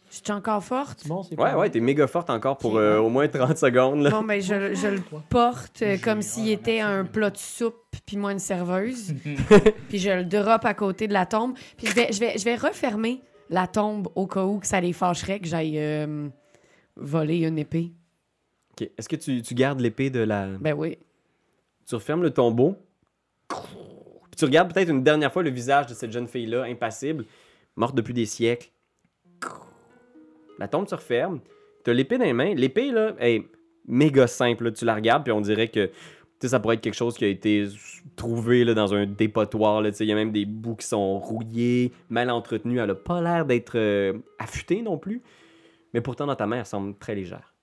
C: Je suis encore forte?
D: Bon, c'est
B: Ouais,
D: pas-
B: ouais, t'es méga forte encore pour
C: Ok.
B: euh, au moins 30 secondes, là.
C: Bon, ben, je, je le porte euh, comme s'il était un plat de soupe, puis moi une serveuse. puis je le drop à côté de la tombe. Puis je vais, je vais, je vais refermer la tombe au cas où que ça les fâcherait que j'aille euh, voler une épée.
B: Ok, est-ce que tu, tu gardes l'épée de la.
C: Ben oui.
B: Tu refermes le tombeau. Puis tu regardes peut-être une dernière fois le visage de cette jeune fille-là, impassible, morte depuis des siècles. La tombe se referme. T'as l'épée dans les mains. L'épée, là, est méga simple. là. Tu la regardes, puis on dirait que tu sais, ça pourrait être quelque chose qui a été s- trouvé là, dans un dépotoir. là. Tu sais, Il y a même des bouts qui sont rouillés, mal entretenus. Elle a pas l'air d'être euh, affûtée non plus. Mais pourtant, dans ta main, elle semble très légère.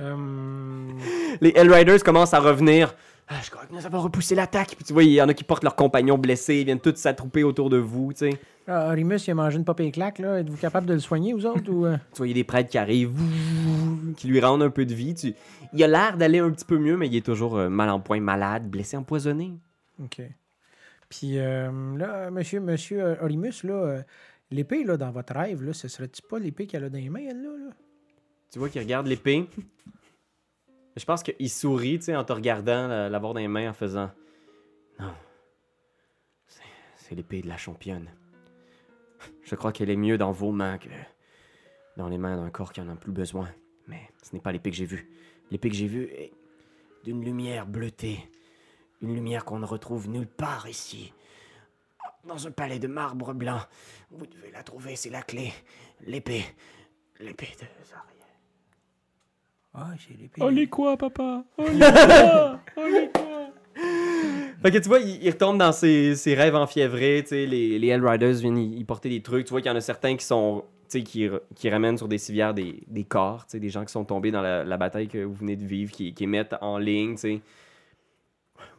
F: Euh,
B: les Hellriders commencent à revenir. Ah, je crois que nous avons repoussé l'attaque. Puis tu vois, il y en a qui portent leurs compagnons blessés, ils viennent tous s'attrouper autour de vous, tu sais. Tu
D: Ah, Orimus, il a mangé une papille claque, là. Êtes-vous capable de le soigner, vous autres, ou... euh?
B: vois, il y a des prêtres qui arrivent, qui lui rendent un peu de vie. Tu... Il a l'air d'aller un petit peu mieux, mais il est toujours euh, mal en point, malade, blessé, empoisonné.
D: OK. Puis euh, là, monsieur, monsieur euh, Orimus, là, euh, l'épée, là, dans votre rêve, là, ce serait-tu pas l'épée qu'elle a dans les mains, elle, là? là?
B: Tu vois qu'il regarde l'épée. Je pense qu'il sourit, tu sais, en te regardant, la- l'avoir dans les mains, en faisant Non. C'est- C'est l'épée de la championne. Je crois qu'elle est mieux dans vos mains que dans les mains d'un corps qui en a plus besoin. Mais ce n'est pas l'épée que j'ai vue. L'épée que j'ai vue est d'une lumière bleutée. Une lumière qu'on ne retrouve nulle part ici. Dans un palais de marbre blanc. Vous devez la trouver, c'est la clé. L'épée. L'épée de Zarya.
D: Ah, c'est l'épée.
E: Oh les quoi, papa? Oh les quoi? Oh les quoi?
B: Fait que tu vois, il, il retombe dans ses, ses rêves enfiévrés, tu sais, les, les Hellriders viennent y, y porter des trucs, tu vois qu'il y en a certains qui sont, tu sais, qui, re- qui ramènent sur des civières des, des corps, tu sais, des gens qui sont tombés dans la, la bataille que vous venez de vivre, qui, qui les mettent en ligne, tu sais.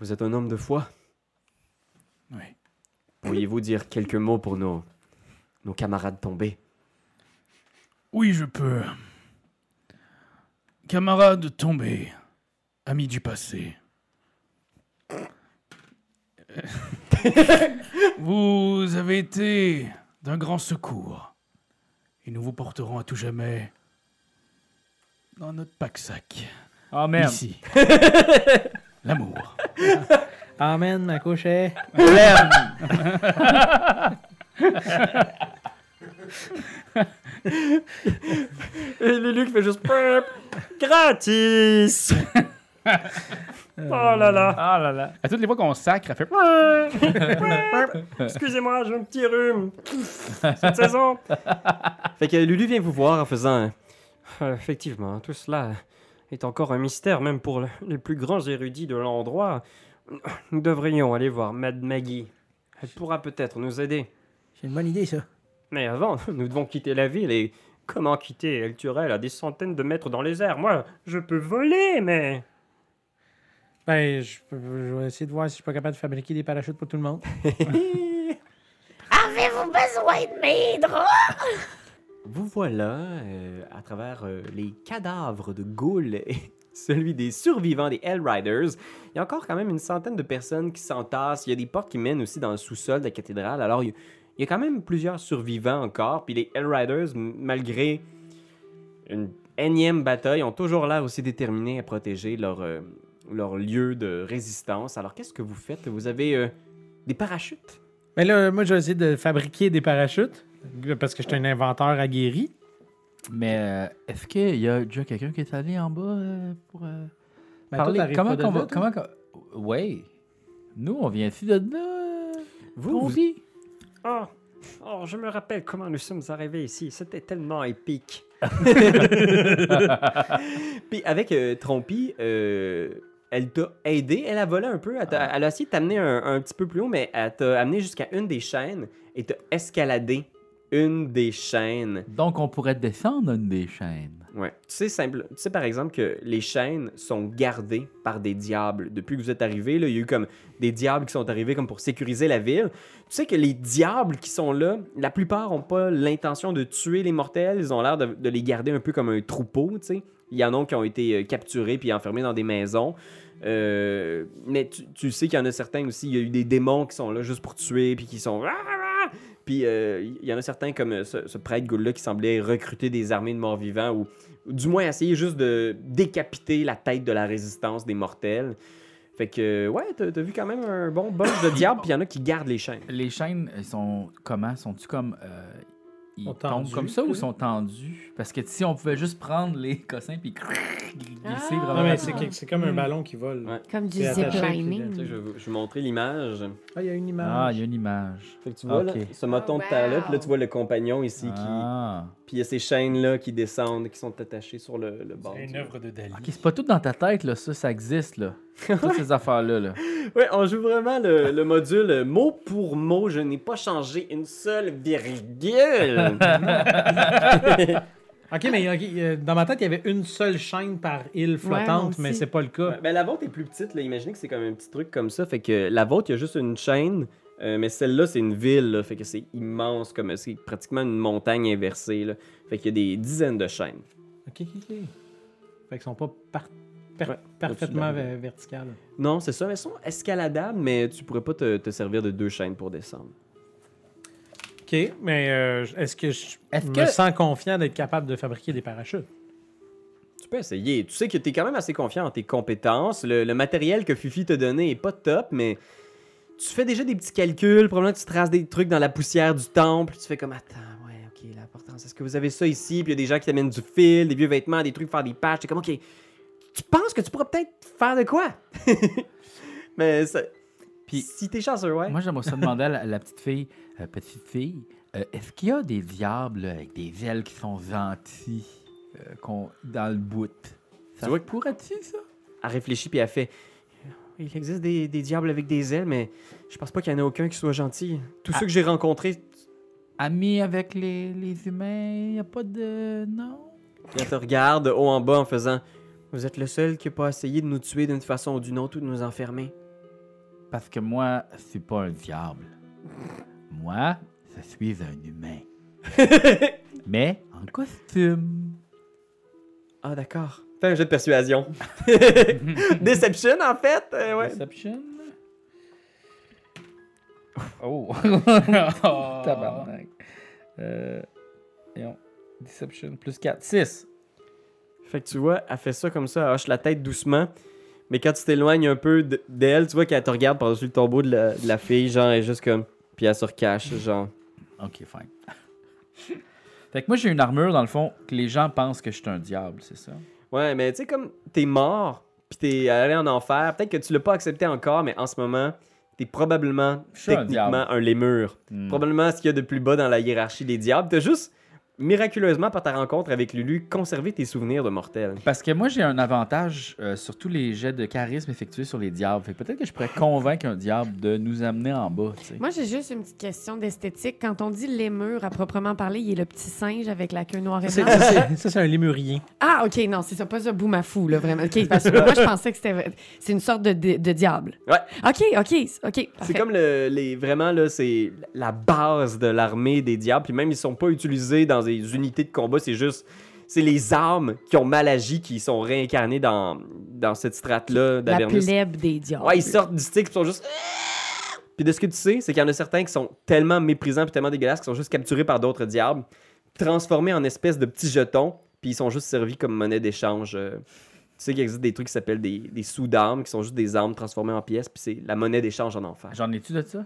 B: Vous êtes un homme de foi.
E: Oui.
B: Pourriez-vous dire quelques mots pour nos, nos camarades tombés?
E: Oui, je peux. Camarades tombés, amis du passé. vous avez été d'un grand secours. Et nous vous porterons à tout jamais dans notre pack-sac.
A: Oh merde.
E: Ici. L'amour.
D: Amen, ma couche est...
B: Lulu qui fait juste...
F: Gratis Oh là là
E: Ah là là. À toutes les fois qu'on sacre, elle fait.
F: Excusez-moi, j'ai un petit rhume. Cette saison
B: Fait que Lulu vient vous voir en faisant...
G: Euh, Effectivement, tout cela est encore un mystère, même pour le- les plus grands érudits de l'endroit. Nous devrions aller voir Mad Maggie. Elle pourra peut-être nous aider.
D: C'est une bonne idée, ça.
G: Mais avant, nous devons quitter la ville et comment quitter Elle tuerait à des centaines de mètres dans les airs. Moi, je peux voler, mais.
D: Ben, je, peux- je vais essayer de voir si je suis pas capable de fabriquer des parachutes pour tout le monde.
H: Avez-vous besoin de mes draps?
B: Vous voilà euh, à travers euh, les cadavres de ghouls et celui des survivants des Hellriders. Il y a encore quand même une centaine de personnes qui s'entassent. Il y a des portes qui mènent aussi dans le sous-sol de la cathédrale. Alors, il y, a- il y a quand même plusieurs survivants encore. Puis les Hellriders, m- malgré une énième bataille, ont toujours l'air aussi déterminés à protéger leur, euh, leur lieu de résistance. Alors, qu'est-ce que vous faites Vous avez euh, des parachutes
D: Mais là, moi, je vais essayer de fabriquer des parachutes, parce que je suis un inventeur aguerri.
A: Mais euh, est-ce qu'il y a déjà quelqu'un qui est allé en bas euh, pour euh,
D: Ben, toi,
A: parler?
D: t'arrives
A: Comment
D: pas de
A: qu'on
D: là,
A: va.
D: toi?
A: Comment qu'on- Ouais. Nous, on vient de là.
G: Vous, vous-
A: Combi.
G: Oh, oh, je me rappelle comment nous sommes arrivés ici. C'était tellement épique.
B: Puis avec euh, Trompi, euh, elle t'a aidé, elle a volé un peu, elle, t'a- elle a essayé de t'amener un, un petit peu plus haut, mais elle t'a amené jusqu'à une des chaînes et t'a escaladé une des chaînes.
A: Donc, on pourrait descendre une des chaînes.
B: Ouais. Tu sais, simple, tu sais par exemple que les chaînes sont gardées par des diables. Depuis que vous êtes arrivés, là, il y a eu comme des diables qui sont arrivés comme pour sécuriser la ville. Tu sais que les diables qui sont là, la plupart n'ont pas l'intention de tuer les mortels. Ils ont l'air de, de les garder un peu comme un troupeau, tu sais. Il y en a qui ont été euh, capturés puis enfermés dans des maisons. Euh, mais tu, tu sais qu'il y en a certains aussi, il y a eu des démons qui sont là juste pour tuer puis qui sont... Puis euh, il y en a certains comme euh, ce, ce prêtre Gould-là qui semblait recruter des armées de morts-vivants ou ou du moins essayer juste de décapiter la tête de la résistance des mortels. Fait que, ouais, t'as t'as vu quand même un bon bunch de diables, puis il y en a qui gardent les chaînes.
A: Les chaînes, elles sont comment Sont-tu comme. euh, ils
D: Sont
A: tombent
D: tendues,
A: comme ça ou
D: oui.
A: sont tendus Parce que si on pouvait juste prendre les cossins puis crrr, glisser
C: Ah.
A: vraiment.
D: Non, mais
A: rapidement.
D: c'est que- c'est comme un ballon qui vole.
B: Ouais.
C: Comme du
D: C'est attaché,
B: Tu sais,
C: ziplining.
B: je, vais vous- je vais montrer l'image.
D: Ah, il y a une
A: Ah,
D: image.
A: il y a une image.
B: Fait que tu vois
A: Ok.
B: là, ce moton
C: Oh,
B: de terre-là,
C: wow.
B: puis là, tu vois le compagnon ici, qui...
A: Ah.
B: puis il y a ces chaînes-là qui descendent, qui sont attachées sur le, le bord.
E: C'est une
B: du-
E: œuvre de Dali.
A: Ok, c'est pas tout dans ta tête, là, ça, ça existe, là. Toutes ces affaires-là, là.
B: Ouais, on joue vraiment le, le module euh, mot pour mot. Je n'ai pas changé une seule virgule.
D: Ok, mais ok, euh, dans ma tête, il y avait une seule chaîne par île
C: moi
D: flottante,
C: aussi.
D: mais c'est pas le cas.
B: Ouais, ben, la vôtre est plus petite, là. imaginez que c'est comme un petit truc comme ça. Fait que la vôtre, il y a juste une chaîne, euh, mais celle-là, c'est une ville. là. Fait que c'est immense, comme euh, c'est pratiquement une montagne inversée. là. Fait qu'il y a des dizaines de chaînes.
D: Ok, ok, ok. Fait qu'ils sont pas par- par-
B: Ouais,
D: parfaitement
B: au-dessus de la
D: ve- verticales.
B: Non, c'est ça, mais elles sont escaladables, mais tu pourrais pas te, te servir de deux chaînes pour descendre.
D: Ok, mais euh, est-ce que je
A: Est-ce
D: me
A: que-
D: sens confiant d'être capable de fabriquer des parachutes?
B: Tu peux essayer. Tu sais que t'es quand même assez confiant en tes compétences. Le, le matériel que Fifi t'a donné est pas top, mais tu fais déjà des petits calculs. Probablement que tu traces des trucs dans la poussière du temple. Tu fais comme attends, ouais, ok, l'importance. Est-ce que vous avez ça ici Puis il y a des gens qui t'amènent du fil, des vieux vêtements, des trucs, pour faire des patchs. T'es comme ok. Tu penses que tu pourrais peut-être faire de quoi Mais ça. Puis
A: Puis-
B: si t'es chanceux, ouais.
A: Moi, j'aimerais ça demander à la, la petite fille, euh, petite fille, euh, est-ce qu'il y a des diables là, avec des ailes qui sont gentils euh, qu'on- dans le bout? Ça
B: vois
A: se pourrait-tu, ça?
B: Elle réfléchit puis elle fait. Il existe des, des diables avec des ailes, mais je pense pas qu'il y en a aucun qui soit gentil. Tous
A: Ah.
B: ceux que j'ai rencontrés,
A: Amis avec les, les humains, il n'y a pas de... Non?
B: Puis elle te regarde de haut en bas en faisant Vous êtes le seul qui n'a pas essayé de nous tuer d'une façon ou d'une autre ou de nous enfermer.
A: Parce que moi, je suis pas un diable. Moi, je suis un humain. Mais en costume.
B: Ah, d'accord. Fais un jeu de persuasion. Deception, en fait. euh,
A: Ah
B: ouais.
A: Perception?
E: Oh!
A: Oh. Tabarnak. Euh, voyons. Deception plus 4. 6.
B: Fait que tu vois, elle fait ça comme ça, elle hoche la tête doucement. Mais quand tu t'éloignes un peu d- d'elle, tu vois qu'elle te regarde par-dessus le tombeau de la, de la fille, genre, elle est juste comme. Puis elle se recache, genre.
A: Ok, fine. fait que moi, j'ai une armure, dans le fond, que les gens pensent que je suis un diable, c'est ça?
B: Ouais, mais tu sais, comme t'es mort, puis t'es allé en enfer, peut-être que tu l'as pas accepté encore, mais en ce moment, t'es probablement,
A: Je suis un
B: techniquement, un lémur.
A: Hmm.
B: probablement ce qu'il y a de plus bas dans la hiérarchie des diables. T'as juste, miraculeusement, par ta rencontre avec Lulu, conservé tes souvenirs de mortel.
A: Parce que moi, j'ai un avantage euh, sur tous les jets de charisme effectués sur les diables. Fait que peut-être que je pourrais convaincre un diable de nous amener en bas, tu sais.
C: Moi, j'ai juste une petite question d'esthétique. Quand on dit lémur, à proprement parler, il est le petit singe avec la queue noire et
D: Ça,
C: blanche.
D: c'est- ça, c'est- ça, c'est un lémurien.
C: Ah, OK, non, c'est ça, pas ça, boumafou, là, vraiment. OK, parce que moi, je pensais que c'était c'est une sorte de, de, de diable.
B: Ouais.
C: OK, OK, OK,
B: C'est
C: parfait.
B: comme le, les, vraiment là, c'est la base de l'armée des diables. Puis même ils sont pas utilisés dans des unités de combat. C'est juste, c'est les armes qui ont mal agi qui sont réincarnées dans, dans cette strate là
C: la
B: d'Avernus.
C: plèbe des diables.
B: Ah Ouais, ils sortent du stick, ils sont juste. euh, Puis de ce que tu sais, c'est qu'il y en a certains qui sont tellement méprisants puis tellement dégueulasses qu'ils sont juste capturés par d'autres diables, transformés en espèces de petits jetons, puis ils sont juste servis comme monnaie d'échange. euh. Tu sais qu'il existe des trucs qui s'appellent des, des sous d'armes, qui sont juste des armes transformées en pièces, puis c'est la monnaie d'échange en enfer.
A: J'en ai-tu de ça?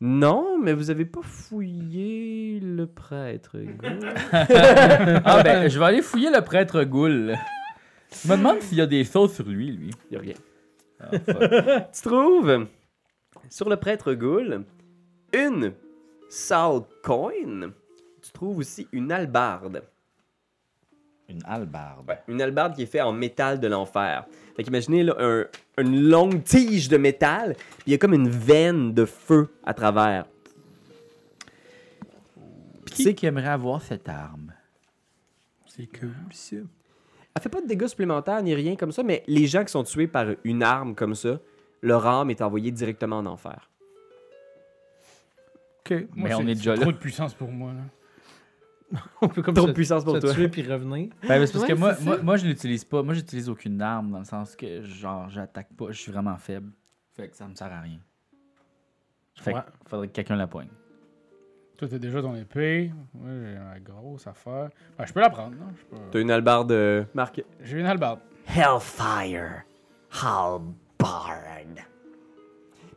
B: Non, mais vous avez pas fouillé le prêtre. Hugo.
A: Ah ben, je vais aller fouiller le prêtre Goul. Je me demande s'il y a des sauces sur lui, lui.
B: Y a rien.
A: Ah, fuck.
B: Tu trouves Sur le prêtre Ghoul, une salt coin. Tu trouves aussi une albarde.
A: Une hallebarde.
B: Ouais, une albarde qui est faite en métal de l'enfer. Fait qu'imaginez là, un- une longue tige de métal, puis il y a comme une veine de feu à travers. Puis tu
A: Qui
B: sais
A: c'est qui aimerait avoir cette arme?
E: C'est cool.
B: Monsieur. Elle fait pas de dégâts supplémentaires ni rien comme ça, mais les gens qui sont tués par une arme comme ça, leur âme est envoyée directement en enfer.
E: Ok. Moi,
A: Mais on
E: c'est-
A: est déjà
E: c'est
A: là.
E: Trop de puissance pour moi. Là.
D: On peut comme
B: Trop de
D: se-
B: puissance pour
D: se
B: toi.
D: tuer puis revenir.
A: Ben, parce
C: Ouais,
A: que moi,
C: c'est ça.
A: moi, moi, je n'utilise pas. Moi, j'utilise aucune arme dans le sens que, genre, j'attaque pas. Je suis vraiment faible. Fait que ça me sert à rien. Fait que
E: Ouais.
A: faudrait que quelqu'un la poigne.
E: Toi, t'as déjà ton épée. Moi, j'ai une grosse affaire. Ben, je peux la prendre. non? Je peux-
B: T'as une albarde euh, marquée.
E: J'ai une hallebarde.
B: Hellfire Halbard.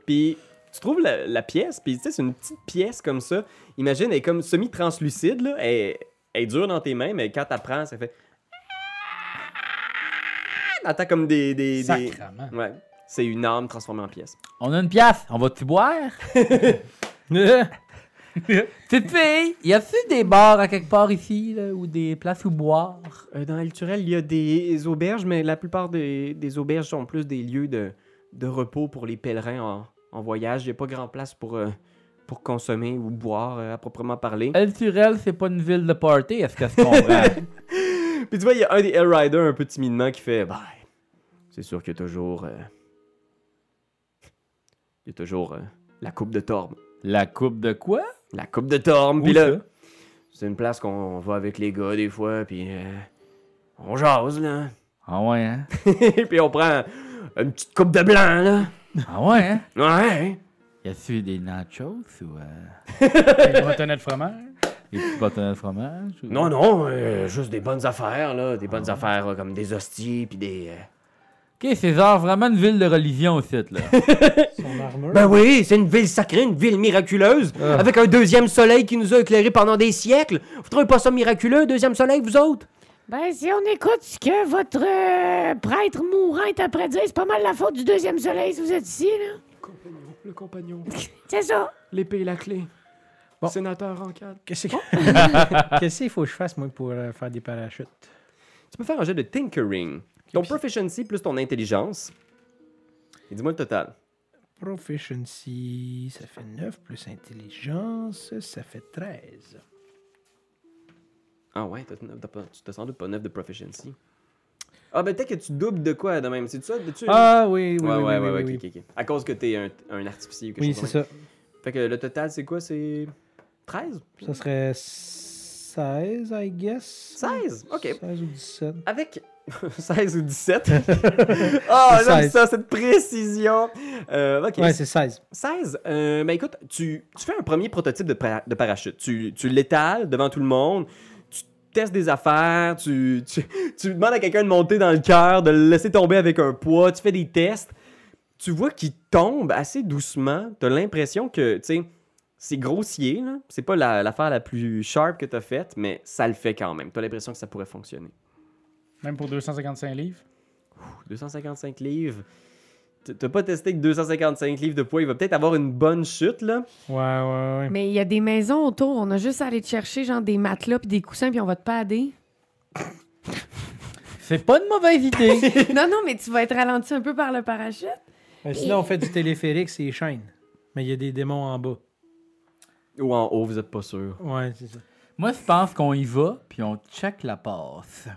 B: Puis tu trouves la, la pièce, puis tu sais, c'est une petite pièce comme ça. Imagine, elle est comme semi-translucide, là. Elle, elle est dure dans tes mains, mais quand t'apprends, ça fait. Ah! T'entends comme des. des, des...
E: Sacrement.
B: Ouais. C'est une arme transformée en pièce.
A: On a une pièce, on va-tu boire? Pépé, y a-tu des bars à quelque part ici, là, ou des places où boire?
B: Euh, dans la Turel, il y a des auberges, mais la plupart des, des auberges sont plus des lieux de, de repos pour les pèlerins en, en voyage. Il n'y a pas grand place pour, euh, pour consommer ou boire euh, à proprement parler.
A: El Turel, c'est pas une ville de party, est-ce que je comprends?
B: Puis tu vois, il y a un des Hell Riders un peu timidement qui fait Bah, c'est sûr qu'il y a toujours. euh, Il y a toujours euh, la Coupe de Torme.
A: la coupe de quoi?
B: La Coupe de Torme, puis
A: Où
B: là.
A: ça?
B: C'est une place qu'on va avec les gars des fois, puis. euh, on jase, là.
A: Ah ouais, hein?
B: puis on prend une petite coupe de blanc, là.
A: Ah ouais, hein?
B: Ouais.
A: Y a-tu des nachos ou euh,
E: J'ai de fromage.
A: des petits bâtonnets de fromage? ou-
B: Non, non, euh, juste des bonnes affaires, là. Des bonnes affaires euh, comme des hosties, puis des. euh,
A: Ok, c'est genre vraiment une ville de religion aussi, là.
D: Son armure.
B: Ben oui, c'est une ville sacrée, une ville miraculeuse, avec un deuxième soleil qui nous a éclairés pendant des siècles. Vous trouvez pas ça miraculeux, un deuxième soleil, vous autres?
H: Ben, si on écoute ce que votre euh, prêtre mourant est après dire, c'est pas mal la faute du deuxième soleil si vous êtes ici, là.
G: Le compagnon,
H: C'est ça.
G: l'épée et la clé.
D: Bon.
G: Sénateur en cadre.
D: Qu'est-ce que- Qu'est-ce qu'il faut que je fasse, moi, pour euh, faire des parachutes?
B: Tu peux faire un jeu de tinkering. Ton proficiency plus ton intelligence. Et dis-moi le total.
D: Proficiency, ça fait 9 plus intelligence, ça fait 13.
B: Ah ouais, t'as- t'as pas- tu te sens doute pas neuf de proficiency. Ah ben peut-être que tu doubles de quoi de même, c'est ça? de- tu-
D: Ah oui, oui,
B: ouais,
D: oui,
B: ouais,
D: oui,
B: ouais,
D: oui,
B: ok,
D: oui.
B: ok, ok. À cause que t'es un, un artificier ou quelque
D: Oui,
B: chose
D: c'est
B: comme
D: ça.
B: Fait que le total, c'est quoi? C'est 13?
D: Ça serait 16, I guess.
B: 16? Ok.
D: 16 ou 17.
B: Avec 16 ou 17. oh, j'aime
D: 16.
B: ça, cette précision. Euh, ok,
D: Ouais, c'est 16.
B: 16. Euh, ben écoute, tu, tu fais un premier prototype de, para- de parachute. Tu, tu l'étales devant tout le monde. Tu testes des affaires. Tu, tu, tu demandes à quelqu'un de monter dans le cœur, de le laisser tomber avec un poids. Tu fais des tests. Tu vois qu'il tombe assez doucement. T'as l'impression que, tu sais, c'est grossier. là. C'est pas la- l'affaire la plus sharp que t'as faite, mais ça le fait quand même. T'as l'impression que ça pourrait fonctionner.
E: Même pour 255 livres.
B: 255 livres. T- T'as pas testé que 255 livres de poids. Il va peut-être avoir une bonne chute, là.
D: Ouais, ouais, ouais.
C: Mais il y a des maisons autour, on a juste à aller te chercher genre des matelas puis des coussins puis on va te pader.
A: C'est pas une mauvaise idée.
C: non non, mais tu vas être ralenti un peu par le parachute.
D: Euh, sinon, on fait du téléphérique, c'est les chaînes. Mais il y a des démons en bas.
B: Ou en haut, vous êtes pas sûr.
D: Ouais, c'est ça.
A: Moi, je pense qu'on y va, puis on check la passe.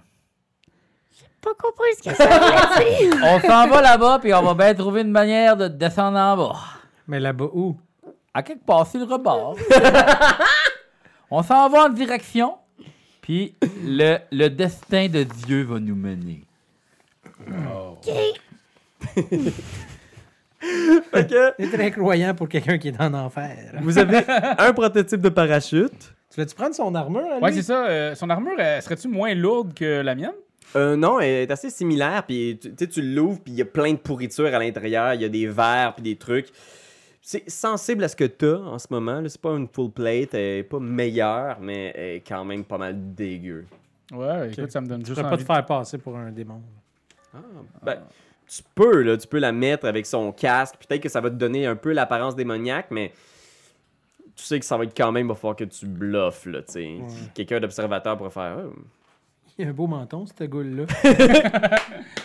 H: Pas compris ce que ça voulait dire.
A: On s'en va là-bas, puis on va bien trouver une manière de descendre en bas.
D: Mais là-bas, où?
A: À quelque part, c'est le rebord. on s'en va en direction, puis le, le destin de Dieu va nous mener.
B: Ok.
D: C'est très croyant pour quelqu'un qui est en enfer.
B: Vous avez un prototype de parachute.
D: Tu vas-tu prendre son armure, à
E: Ouais,
D: lui?
E: c'est ça. euh, son armure, elle- serait-tu moins lourde que la mienne?
B: Euh, non, elle est assez similaire. Puis tu tu sais, tu l'ouvres, puis il y a plein de pourriture à l'intérieur. Il y a des verres, puis des trucs. C'est sensible à ce que t'as en ce moment. là. C'est pas une full plate. Elle est pas meilleure, mais elle est quand même pas mal dégueu.
E: Ouais, écoute, ça me donne
D: Je
E: juste
D: ne pas
E: envie
B: Ah,
D: te faire passer pour un démon.
B: Ben, tu peux, là, tu peux la mettre avec son casque. Peut-être que ça va te donner un peu l'apparence démoniaque, mais tu sais que ça va être quand même, il va falloir que tu bluffes, là, tu sais. Quelqu'un d'observateur pourrait faire... Oh,
D: Il a un beau menton, ce goule-là.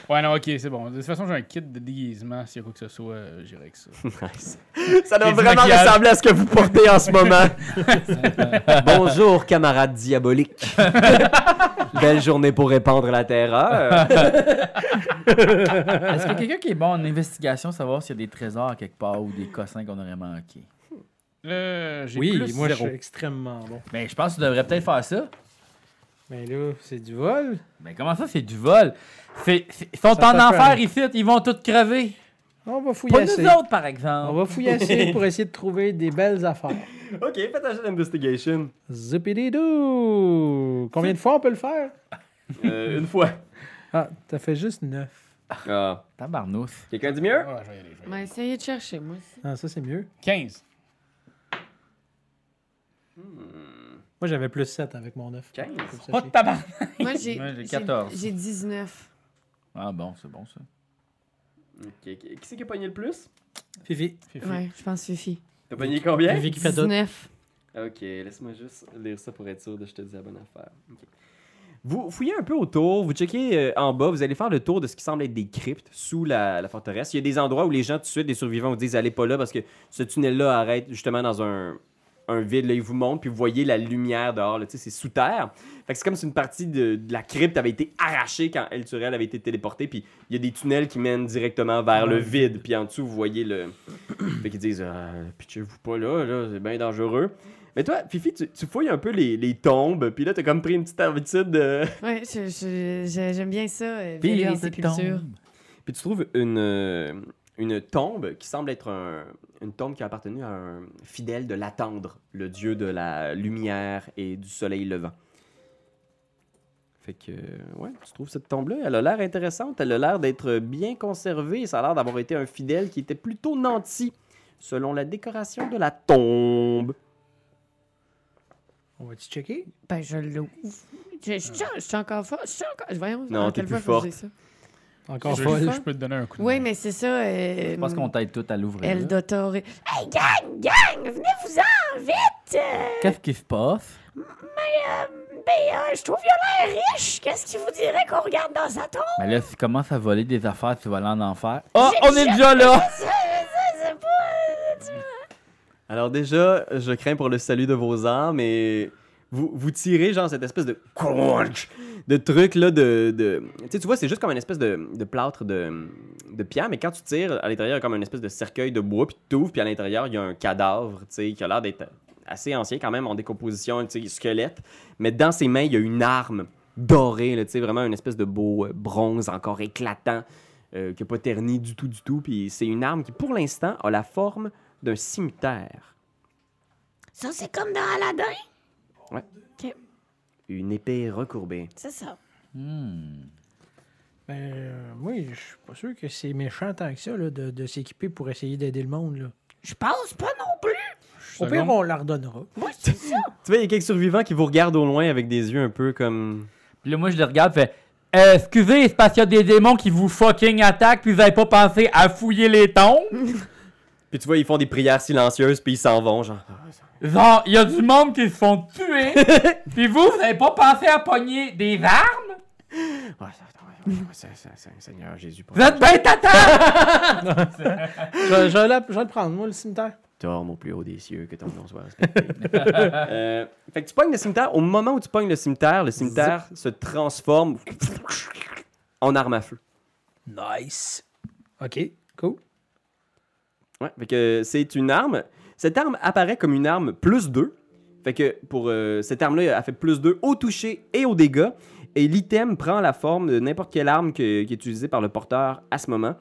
E: Ouais, non, ok, c'est bon. De toute façon, j'ai un kit de déguisement. S'il y a quoi que ce soit, euh, j'irai avec ça.
B: nice. Ça doit
E: Et du
B: vraiment
E: maquillage.
B: ressembler à ce que vous portez en ce moment. Bonjour, camarades diaboliques. Belle journée pour répandre la terreur.
A: Est-ce que quelqu'un qui est bon en investigation, savoir s'il y a des trésors quelque part ou des cossins qu'on aurait manqués?
E: Euh, j'ai
D: Oui,
E: plus
D: moi,
E: zéro.
D: je suis extrêmement bon.
A: Ben, je pense que tu devrais peut-être faire ça.
D: Mais là, c'est du vol.
A: Mais comment ça, c'est du vol? Fait- fait- Ils sont
D: Ça
A: en
D: fait
A: enfer
D: peur.
A: ici, ils vont tous crever.
D: On va fouiller
A: Pas
D: assez.
A: nous autres, par
D: On
A: exemple.
D: va fouiller assez pour essayer de trouver des belles affaires.
B: ok, faites un jeu d'investigation.
D: Zupididou! Combien de fois on peut le faire?
B: Euh, une fois.
D: Ah, t'as fait juste neuf.
B: Ah.
A: Tabarnousse.
B: Quelqu'un dit mieux?
E: Ouais, Ah, je vais y aller, je vais y
C: On
E: aller.
C: va essayer de chercher, moi. aussi.
D: Ah, ça, c'est mieux.
E: 15.
D: Moi, j'avais plus 7 avec mon 9.
B: 15.
E: Oh, tabarnak!
C: Moi, j'ai
A: Moi, j'ai
C: j'ai-
A: 14.
C: J'ai 19.
A: Ah bon, c'est bon ça.
B: Ok, Qui qui c'est qui a pogné le plus?
D: Fifi.
C: Ouais, je pense Fifi.
B: T'as pogné combien?
D: Fifi qui fait d'autres.
C: 19.
B: Ok, laisse-moi juste lire ça pour être sûr de je te dis la bonne affaire. Ok. Vous fouillez un peu autour, vous checkez euh, en bas, vous allez faire le tour de ce qui semble être des cryptes sous la, la forteresse. Il y a des endroits où les gens, tout de suite, les survivants vous disent allez pas là parce que ce tunnel-là arrête justement dans un, un vide. Là, ils vous montrent, puis vous voyez la lumière dehors. là, tu sais, C'est sous terre. Fait que c'est comme si une partie de, de la crypte avait été arrachée quand El Turel avait été téléporté. Puis il y a des tunnels qui mènent directement vers le vide. Puis en dessous, vous voyez le. fait qu'ils disent euh, pitchez-vous pas là, là c'est bien dangereux. Mais toi, Fifi, tu, tu fouilles un peu les, les tombes, puis là, t'as comme pris une petite habitude de...
C: Ouais, je- je- je- j'aime bien ça. euh, virer les sépultures.
B: Puis tu trouves une, euh, une tombe qui semble être un- une tombe qui a appartenu à un fidèle de l'attendre, le dieu de la lumière et du soleil levant. Fait que, euh, ouais, tu trouves cette tombe-là, elle a l'air intéressante, elle a l'air d'être bien conservée, ça a l'air d'avoir été un fidèle qui était plutôt nanti, selon la décoration de la tombe.
D: On va-tu checker?
C: Ben, je l'ouvre. Je je- je- je suis encore fort. Je suis encore. Voyons,
B: Non,
C: à
B: t'es
C: quelle
B: plus
C: fois faut que je dise ça.
D: Encore
E: je,
D: folle.
E: je peux te donner un coup de
C: Oui,
E: main.
C: mais c'est ça. euh,
A: Je pense qu'on t'aide tout à l'ouvrir.
C: Elle
A: là.
C: dotoré.
H: Hey, gang, gang, venez-vous-en!
A: Qu'est-ce qu'il se passe?
H: Ben, euh, je trouve qu'il a l'air riche. Qu'est-ce qu'il vous dirait qu'on regarde dans sa tombe?
A: Mais là, si tu commences à voler des affaires, tu vas aller en enfer. Oh, on est déjà là!
H: Ça, ça, c'est pas...
B: Alors déjà, je crains pour le salut de vos âmes et vous, vous tirez genre cette espèce de crunch, de truc là de... de- Tu sais, tu vois, c'est juste comme une espèce de, de plâtre de, de pierre, mais quand tu tires, à l'intérieur, il y a comme une espèce de cercueil de bois, puis tu ouvres, puis à l'intérieur, il y a un cadavre, tu sais, qui a l'air d'être assez ancien quand même, en décomposition, tu sais, squelette. Mais dans ses mains, il y a une arme dorée, là, tu sais, vraiment une espèce de beau euh, bronze encore éclatant, euh, qui n'a pas terni du tout, du tout. Puis c'est une arme qui, pour l'instant, a la forme d'un cimetière.
H: Ça, c'est comme dans Aladdin.
B: Une épée recourbée.
H: C'est ça.
A: Hmm.
D: Ben, euh, moi, je suis pas sûr que c'est méchant tant que ça là, de, de s'équiper pour essayer d'aider le monde. Là.
H: Je pense pas non plus.
D: Au pire, on leur donnera.
H: Moi, je dis ça.
B: Tu vois, il y a quelques survivants qui vous regardent au loin avec des yeux un peu comme.
A: Puis là, moi, je le regarde, fait Euh, Excusez, c'est parce qu'il y a des démons qui vous fucking attaquent, puis vous avez pas pensé à fouiller les tombes?
B: Puis tu vois, ils font des prières silencieuses, puis ils s'en vont, genre.
A: Genre, il y a du monde qui se font tuer, puis vous, vous avez pas pensé à pogner des armes?
B: Ouais, ouais, ouais, ouais, c'est- c'est- c'est- Seigneur Jésus,
A: Vous êtes ben tata!
D: Je, Ben, je, vais la- je vais le prendre, moi, le cimetière.
B: Torme au plus haut des cieux, que ton nom soit respecté. Euh, fait que tu pognes le cimetière. Au moment où tu pognes le cimetière, le cimetière se transforme en arme à feu.
D: Nice. OK, cool.
B: Ouais, fait que c'est une arme. Cette arme apparaît comme une arme plus 2. Fait que pour euh, cette arme-là, elle fait plus 2 au toucher et au dégâts. Et l'item prend la forme de n'importe quelle arme que- qui est utilisée par le porteur à ce moment.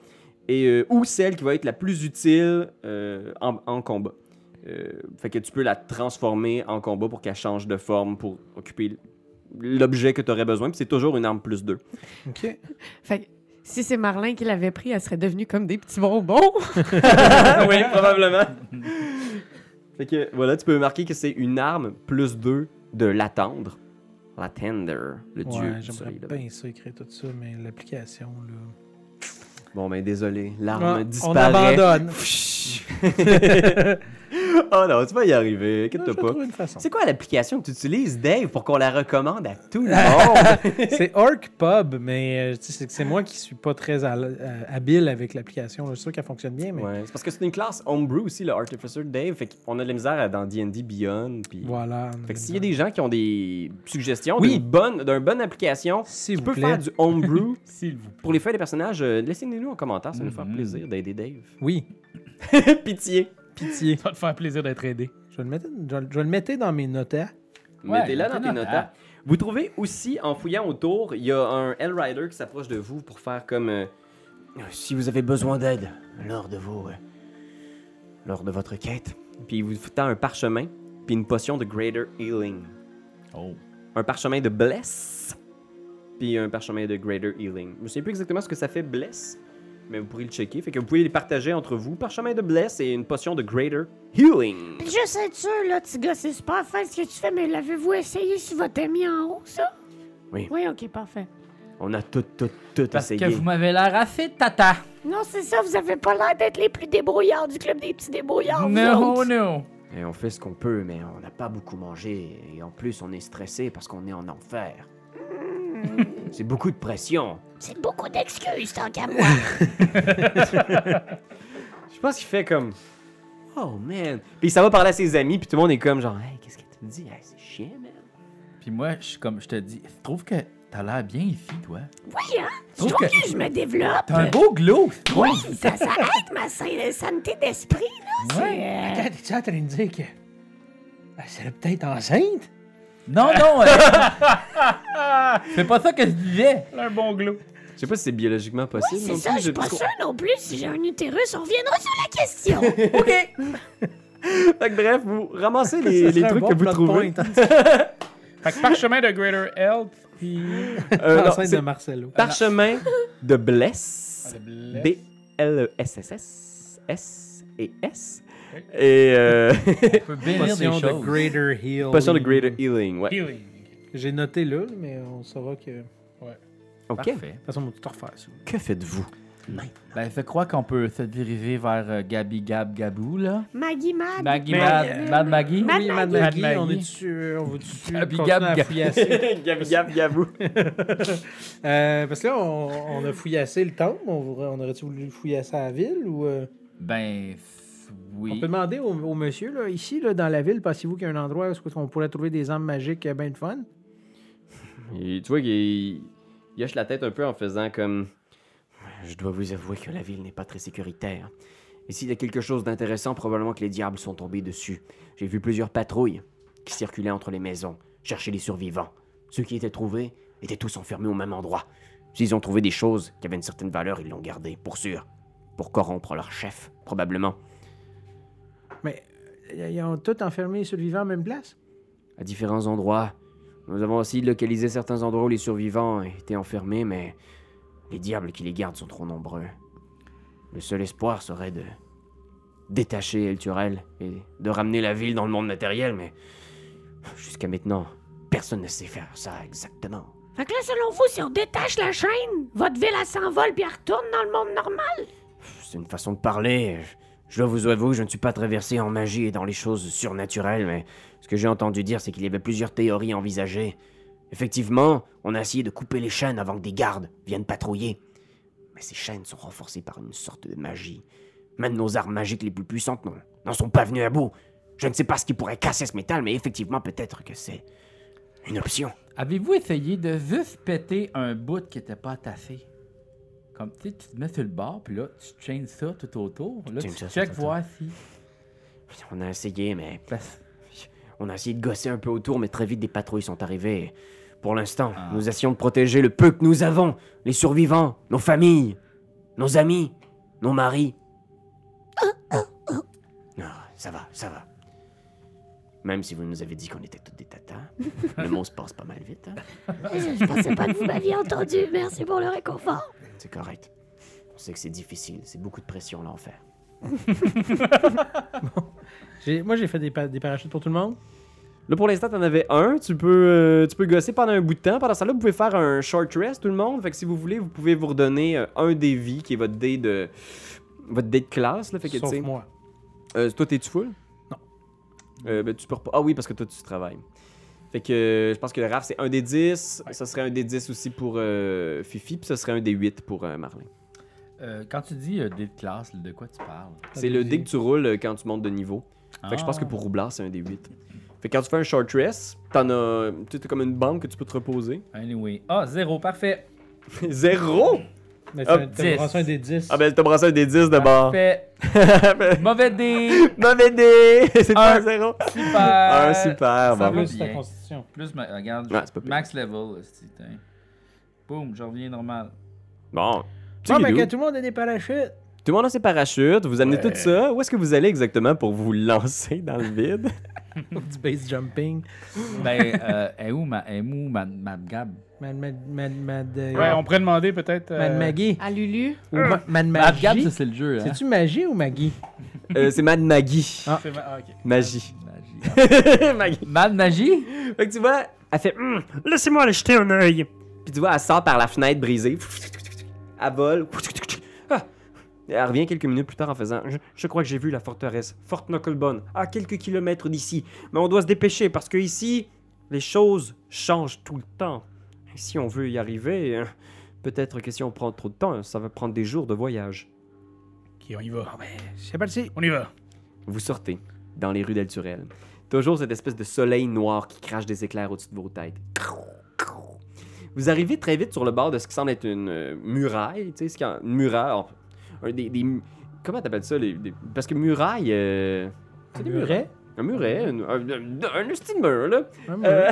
B: Et, euh, ou celle qui va être la plus utile euh, en, en combat. Euh, fait que tu peux la transformer en combat pour qu'elle change de forme pour occuper l'objet que tu aurais besoin. Puis c'est toujours une arme plus 2.
D: OK.
C: Fait que si c'est Marlin qui l'avait pris, elle serait devenue comme des petits bonbons.
B: oui, probablement. fait que voilà, tu peux marquer que c'est une arme plus 2 de l'attendre. L'attendre, le dieu
D: Ouais,
B: du
D: j'aimerais
B: soleil. là.
D: bien ça écrire tout ça, mais l'application, là.
B: Bon, ben désolé, l'arme
D: Ah, on
B: disparaît.
D: abandonne.
B: oh non, tu vas y arriver,
D: Je
B: inquiète-toi
D: vais
B: pas.
D: trouver une façon.
B: C'est quoi l'application que tu utilises, Dave, pour qu'on la recommande à tout le monde?
D: C'est Orc Pub, mais euh, tu sais, c'est c'est moi qui suis pas très à l- euh, habile avec l'application. là. Je suis sûr qu'elle fonctionne bien, mais
B: ouais, c'est parce que c'est une classe homebrew aussi, le Artificer, Dave. Fait qu'on a de la misère à- dans D&D Beyond. Puis...
D: voilà.
B: Fait que s'il y a des gens qui ont des suggestions
D: Oui.
B: d'une bonne, d'une bonne application,
D: S'il
B: tu
D: vous
B: peux
D: plaît.
B: faire du homebrew
E: S'il vous plaît.
B: pour les feuilles des personnages, euh, laissez-nous en commentaire, ça va nous faire
E: Mhm.
B: plaisir d'aider Dave.
D: Oui,
B: Pitié.
D: pitié.
E: Ça va te faire plaisir d'être aidé.
D: Je vais le mettre, je vais- je vais le mettre dans mes notaires.
E: Ouais,
B: Mettez-la
E: mettez
B: dans tes
E: notes,
B: notaires. Vous trouvez aussi, en fouillant autour, il y a un Hellrider qui s'approche de vous pour faire comme... euh, si vous avez besoin d'aide lors de vos... euh, lors de votre quête. Puis il vous tend un parchemin, puis une potion de Greater Healing.
E: Oh.
B: Un parchemin de Bless, puis un parchemin de Greater Healing. Je ne sais plus exactement ce que ça fait Bless, mais vous pourrez le checker. Fait que vous pouvez les partager entre vous. Parchemin de Bless et une potion de Greater Healing.
H: Puis juste être sûr, là, petit gars, c'est super fin ce que tu fais, mais l'avez-vous essayé sur votre ami en haut, ça?
B: Oui.
H: Oui, ok, parfait.
B: On a tout, tout, tout
A: Parce
B: essayé.
A: que vous m'avez l'air affé, tata.
H: Non, c'est ça, vous avez pas l'air d'être les plus débrouillards du club des petits débrouillards. vous
A: Non,
H: autres.
A: non.
B: Et on fait ce qu'on peut, mais on n'a pas beaucoup mangé. Et en plus, on est stressé parce qu'on est en enfer. C'est beaucoup de pression.
H: C'est beaucoup d'excuses, tant qu'à moi.
B: Je pense qu'il fait comme. Oh man. Puis ça va parler à ses amis, puis tout le monde est comme genre, hey, qu'est-ce que tu dis? Hey, c'est chiant, man.
A: Puis moi, je suis comme je te dis, je trouve que t'as l'air bien ici, toi.
H: oui, hein? Je
A: Sauf
H: trouve que...
A: que-
H: je me développe.
A: T'as un beau glow.
H: Oui, ça, ça aide ma sa- santé d'esprit, là. c'est, euh,
D: Attends, t'es-tu en train de dire que. Elle serait peut-être enceinte?
A: Non, non. euh, Fais pas ça que je disais.
E: Un bon glow.
B: Je sais pas si c'est biologiquement possible.
H: C'est
B: non
H: ça,
B: plus,
H: je suis pas
B: parce qu'on-
H: sûre non plus si j'ai un utérus. On reviendra sur la question.
B: Fait que bref, vous ramassez les, les trucs que vous trouvez. Euh,
E: Fait que parchemin de Greater Health, puis.
B: Euh, non,
D: Enceinte
B: c'est
D: de Marcelo.
B: parchemin de bless.
E: Bless.
B: B-L-E-S-S-S. S et S. Et euh,
A: Tu peux bien lire des
D: Potion de
A: choses.
D: Greater Heal.
B: potion de Greater Healing, ouais.
E: Healing.
D: J'ai noté là, mais on saura que. De
B: Ok.
A: Parfait.
D: toute façon, on va tout refaire. ça.
B: Que faites-vous?
A: Ben, fait croire qu'on peut se diriger vers euh, Gabi Gab Gabou, là.
H: Maggie Mad.
A: Maggie
D: Mais-
A: Mad, Mad Maggie.
H: Mad
D: oui, Mad
H: Maggie.
D: Maggie,
E: Mad
D: on
E: Maggie.
D: est dessus. On va dessus.
A: Ah, puis
D: continuer
A: Gab-
D: à
A: Gab-
D: fouiller assez.
B: Gab, gab, gabou.
D: Euh, parce que là, on, on a fouillé assez le temple. On, voudrait- on aurait-tu voulu fouiller assez à la ville? Ou, euh,
A: Ben, f-
D: On
A: oui.
D: peut demander au, au monsieur, là, ici, là, dans la ville, pensez-vous qu'il y a un endroit où on pourrait trouver des armes magiques euh, bien de fun?
B: Et tu vois qu'il il hoche la tête un peu en faisant comme Je dois vous avouer que la ville n'est pas très sécuritaire. Et s'il y a quelque chose d'intéressant, probablement que les diables sont tombés dessus. J'ai vu plusieurs patrouilles qui circulaient entre les maisons, chercher les survivants. Ceux qui étaient trouvés étaient tous enfermés au même endroit. S'ils ont trouvé des choses qui avaient une certaine valeur, ils l'ont gardée, pour sûr. Pour corrompre leur chef, probablement.
D: Mais euh, ils ont tous enfermé les survivants à même place?
B: à différents endroits. Nous avons aussi localisé certains endroits où les survivants étaient enfermés, mais les diables qui les gardent sont trop nombreux. Le seul espoir serait de détacher El Turel et de ramener la ville dans le monde matériel, mais jusqu'à maintenant, personne ne sait faire ça exactement.
H: Fait que là, selon vous, si on détache la chaîne, votre ville, elle s'envole puis elle retourne dans le monde normal.
B: C'est une façon de parler. Je dois vous avouer que je ne suis pas traversé en magie et dans les choses surnaturelles, mais ce que j'ai entendu dire, c'est qu'il y avait plusieurs théories envisagées. Effectivement, on a essayé de couper les chaînes avant que des gardes viennent patrouiller. Mais ces chaînes sont renforcées par une sorte de magie. Même nos armes magiques les plus puissantes n'en- n'en sont pas venues à bout. Je ne sais pas ce qui pourrait casser ce métal, mais effectivement, peut-être que c'est une option.
A: Avez-vous essayé de juste péter un bout qui était pas attaché? Comme tu sais, tu te mets sur le bord, puis là, tu chaînes ça tout autour. Là,
B: Tu
A: tu
B: chaînes ça
A: check
B: tout autour.
A: voir si.
B: On a essayé, mais
A: Parce-
B: On a essayé de gosser un peu autour, mais très vite des patrouilles sont arrivées. Pour l'instant, nous essayons de protéger le peu que nous avons, les survivants, nos familles, nos amis, nos maris. Non, ça va, ça va. Même si vous nous avez dit qu'on était toutes des tatas, le mot se passe pas mal vite. hein.
H: Je, je pensais pas que vous m'aviez entendu. Merci pour le réconfort.
B: C'est correct. On sait que c'est difficile, c'est beaucoup de pression l'enfer.
D: J'ai- Moi, j'ai fait des, pa- des parachutes pour tout le monde.
B: Là, pour l'instant, t'en avais un. Tu peux, euh, tu peux gosser pendant un bout de temps. Pendant ça, là, vous pouvez faire un short rest, tout le monde. Fait que si vous voulez, vous pouvez vous redonner euh, un des vies qui est votre dé de. Votre dé de classe, là. Fait que, tu
D: Sauf
B: sais.
D: moi.
B: Euh, toi, t'es-tu full?
D: Non.
B: Euh, ben, tu peux repa- Ah oui, parce que toi, tu travailles. Fait que euh, je pense que le RAF, c'est un des 10. Ça serait un des 10 aussi pour euh, Fifi, puis ça serait un des 8 pour euh, Marlin.
A: Euh, quand tu dis euh, dé de classe, de quoi tu parles?
B: C'est le dé que tu roules euh, quand tu montes de niveau. Fait que je pense
A: Ah.
B: que pour Roublard, c'est un des 8. Fait que quand tu fais un short rest, t'en as. Tu sais, t'as comme une bande que tu peux te reposer.
A: Anyway. Ah, zéro, parfait.
B: Zéro!
D: Mais
B: Hop,
D: t'as t'as
A: 10.
D: brassé un des 10.
B: Ah ben, t'as brassé un des 10 de bord.
A: Parfait. Mauvais dé.
B: Mauvais dé! C'est pas
A: Un. Euh,
B: un zéro.
A: Super.
B: Un super,
A: Ça
B: bon.
A: va
D: plus ta
A: bien.
D: constitution.
A: Plus, ma- regarde,
B: Ouais, c'est pas pire.
A: max level. esti, t'as- Boum, je reviens normal.
B: Bon.
D: Ah, mais
B: Tigidou.
D: que tout le monde a des parachutes.
B: Tout le monde a ses parachutes, vous amenez tout ça. Où est-ce que vous allez exactement pour vous lancer dans le vide?
D: du base jumping.
A: Ben, euh, est où ma, est où ma, ma Gab?
D: Mad, mad, mad, mad. euh,
E: Ouais, on pourrait demander peut-être. euh,
D: Mad Maggie.
C: À Lulu.
D: Ou ma- Mad
A: Ma Gab,
D: Magie.
A: ça, c'est le jeu, hein?
D: C'est-tu magie ou Maggie?
B: Euh, c'est Mad Maggie.
D: Ah.
E: c'est ma- ah, ok.
B: Magie.
A: Magie.
B: Maggie.
A: Mad Magie?
B: Fait que tu vois, elle fait... Hum
F: Laissez-moi aller jeter un œil.
B: Puis tu vois, elle sort par la fenêtre brisée. Elle vole. Ah. Elle revient quelques minutes plus tard en faisant
G: Je, je crois que j'ai vu la forteresse, Fort Knucklebone, à quelques kilomètres d'ici. Mais on doit se dépêcher parce que ici, les choses changent tout le temps. Et si on veut y arriver,
B: hein,
G: euh, peut-être que si on prend trop de temps, ça va prendre des jours de voyage.
E: Ok, on y va. C'est parti. On y va.
B: Vous sortez dans les rues d'Alturel. Toujours cette espèce de soleil noir qui crache des éclairs au-dessus de vos têtes. Vous arrivez très vite sur le bord de ce qui semble être une euh, muraille, tu sais, ce qui en- une muraille, alors, un des, des mu- comment t'appelles ça, les, des- parce que muraille, euh, c'est des murets, un muret, un, un, un- un petit mur, là, euh,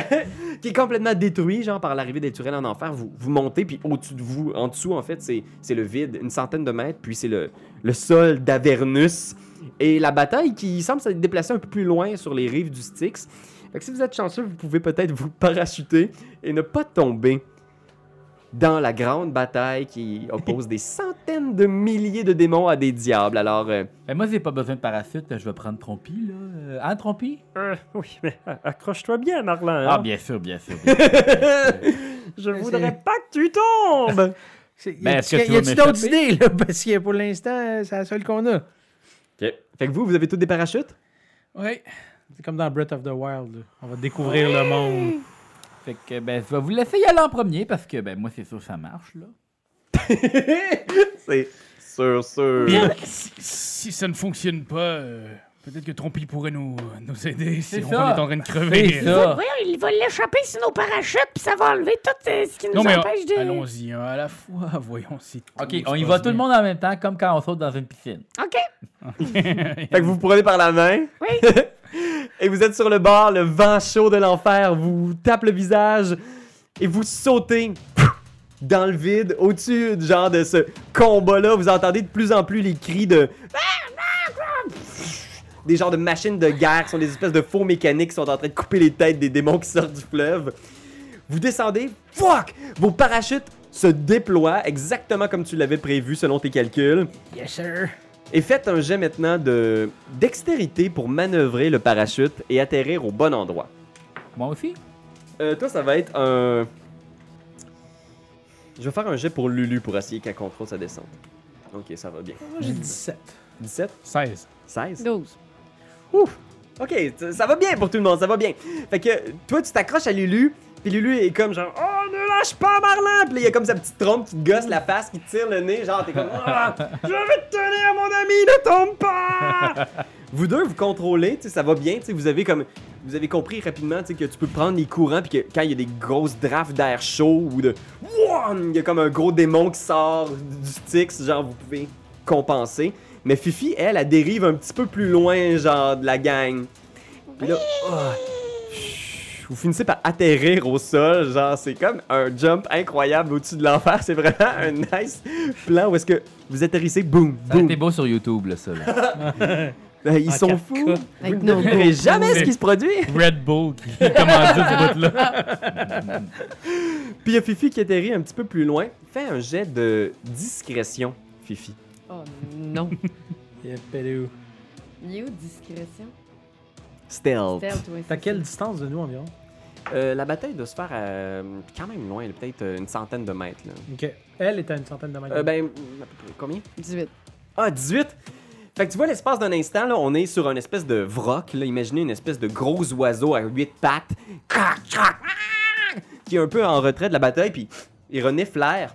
B: qui est complètement détruit, genre par l'arrivée d'Alturel en enfer. Vous, vous montez, puis au-dessus de vous, en dessous, en fait, c'est c'est le vide, une centaine de mètres, puis c'est le, le sol d'Avernus. Et la bataille qui semble se déplacer un peu plus loin sur les rives du Styx. Fait que si vous êtes chanceux, vous pouvez peut-être vous parachuter et ne pas tomber dans la grande bataille qui oppose des centaines de milliers de démons à des diables. Alors, euh,
A: Ben, moi, j'ai pas besoin de parachute, je vais prendre Trompi, là. Euh, Hein, Trompi?
G: Euh, oui, mais a- accroche-toi bien, Marlin.
A: Ah,
G: hein.
A: bien sûr, bien sûr.
G: Je voudrais pas que tu tombes.
A: Mais Ben, est-ce que tu
D: y
A: vas
D: a-tu d'autres
A: m'échapper?
D: idées, là? Parce que pour l'instant, euh, c'est la seule qu'on a.
B: fait que vous, vous avez tous des parachutes?
E: Ouais.
D: C'est comme dans Breath of the Wild. là. On va découvrir le monde.
A: fait que, ben, je vais vous laisser y aller en premier parce que, ben, moi, c'est sûr que ça marche, là.
B: C'est sûr, sûr.
E: Bien, si, si ça ne fonctionne pas, euh, peut-être que Trompi pourrait nous, nous aider si
A: C'est
E: on on est
A: ça.
E: en train de crever.
A: C'est ça.
H: Ah. Voyons, il va l'échapper sur nos parachutes, puis ça va enlever tout euh, ce qui nous
E: Non, mais
H: empêche de.
E: euh, allons-y un à la fois, voyons si. tout
A: Ok,
E: se
A: on y
E: passe
A: va tout le
E: bien.
A: monde en même temps, comme quand on saute dans une piscine.
H: OK.
B: Fait que vous vous prenez par la main.
H: Oui.
B: et vous êtes sur le bord, le vent chaud de l'enfer vous tape le visage et vous sautez dans le vide au-dessus du genre de ce combat-là. Vous entendez de plus en plus les cris de des genres de machines de guerre qui sont des espèces de faux mécaniques qui sont en train de couper les têtes des démons qui sortent du fleuve. Vous descendez, fuck! Vos parachutes se déploient exactement comme tu l'avais prévu selon tes calculs.
D: Yes, sir.
B: Et faites un jet maintenant de dextérité pour manœuvrer le parachute et atterrir au bon endroit.
A: Moi aussi?
B: Euh, toi, ça va être un. Je vais faire un jet pour Lulu pour essayer qu'elle contrôle sa descente. Ok, ça va bien.
D: Moi, Ah, j'ai 17.
B: 17
E: 16.
B: 16
C: 12.
B: Ok, t- ça va bien pour tout le monde, ça va bien. Fait que toi, tu t'accroches à Lulu, puis Lulu est comme genre Oh, ne lâche pas Marlin! Puis là, il y a comme sa petite trompe qui te gosse la face, qui te tire le nez, genre t'es comme Ah, Je vais te tenir, mon ami, ne tombe pas! vous deux, vous contrôlez, tu sais, ça va bien, tu sais, vous avez comme. Vous avez compris rapidement, tu sais, que tu peux prendre les courants, puis que quand il y a des grosses drafts d'air chaud ou de Wouam! Il y a comme un gros démon qui sort du Styx, genre vous pouvez compenser. Mais Fifi, elle, elle dérive un petit peu plus loin, genre, de la gang. Puis là, ah, chut, vous finissez par atterrir au sol, genre, c'est comme un jump incroyable au-dessus de l'enfer. C'est vraiment un nice plan où est-ce que vous atterrissez, boum,
A: Ça a
B: boum.
A: été beau sur YouTube, là, ça. là.
B: Ben, ils
D: En
B: sont
D: quatre
B: fous.
D: cas.
B: Vous
C: Avec
B: ne
C: nos
B: verrez jamais ce qui se produit.
E: Red Bull qui commande ce bout-là.
B: Puis il y a Fifi qui atterrit un petit peu plus loin. Fais un jet de discrétion, Fifi.
C: Oh non.
D: Yep, elle est où?
C: Il est où discrétion?
B: Stealth.
C: Stealth, oui,
D: T'as
C: c'est
D: quelle distance de nous environ
B: Euh, la bataille doit se faire à, quand même loin, là, peut-être euh, une centaine de mètres. là.
D: Ok. Elle est à une centaine de mètres.
B: Euh, ben, à peu près combien?
C: ça. 18.
B: Ah, 18! Fait que tu vois, l'espace d'un instant, là, on est sur une espèce de vroc. Là. Imaginez une espèce de gros oiseau à huit pattes. Crac, crac, ah! qui est un peu en retrait de la bataille, puis il renifle l'air.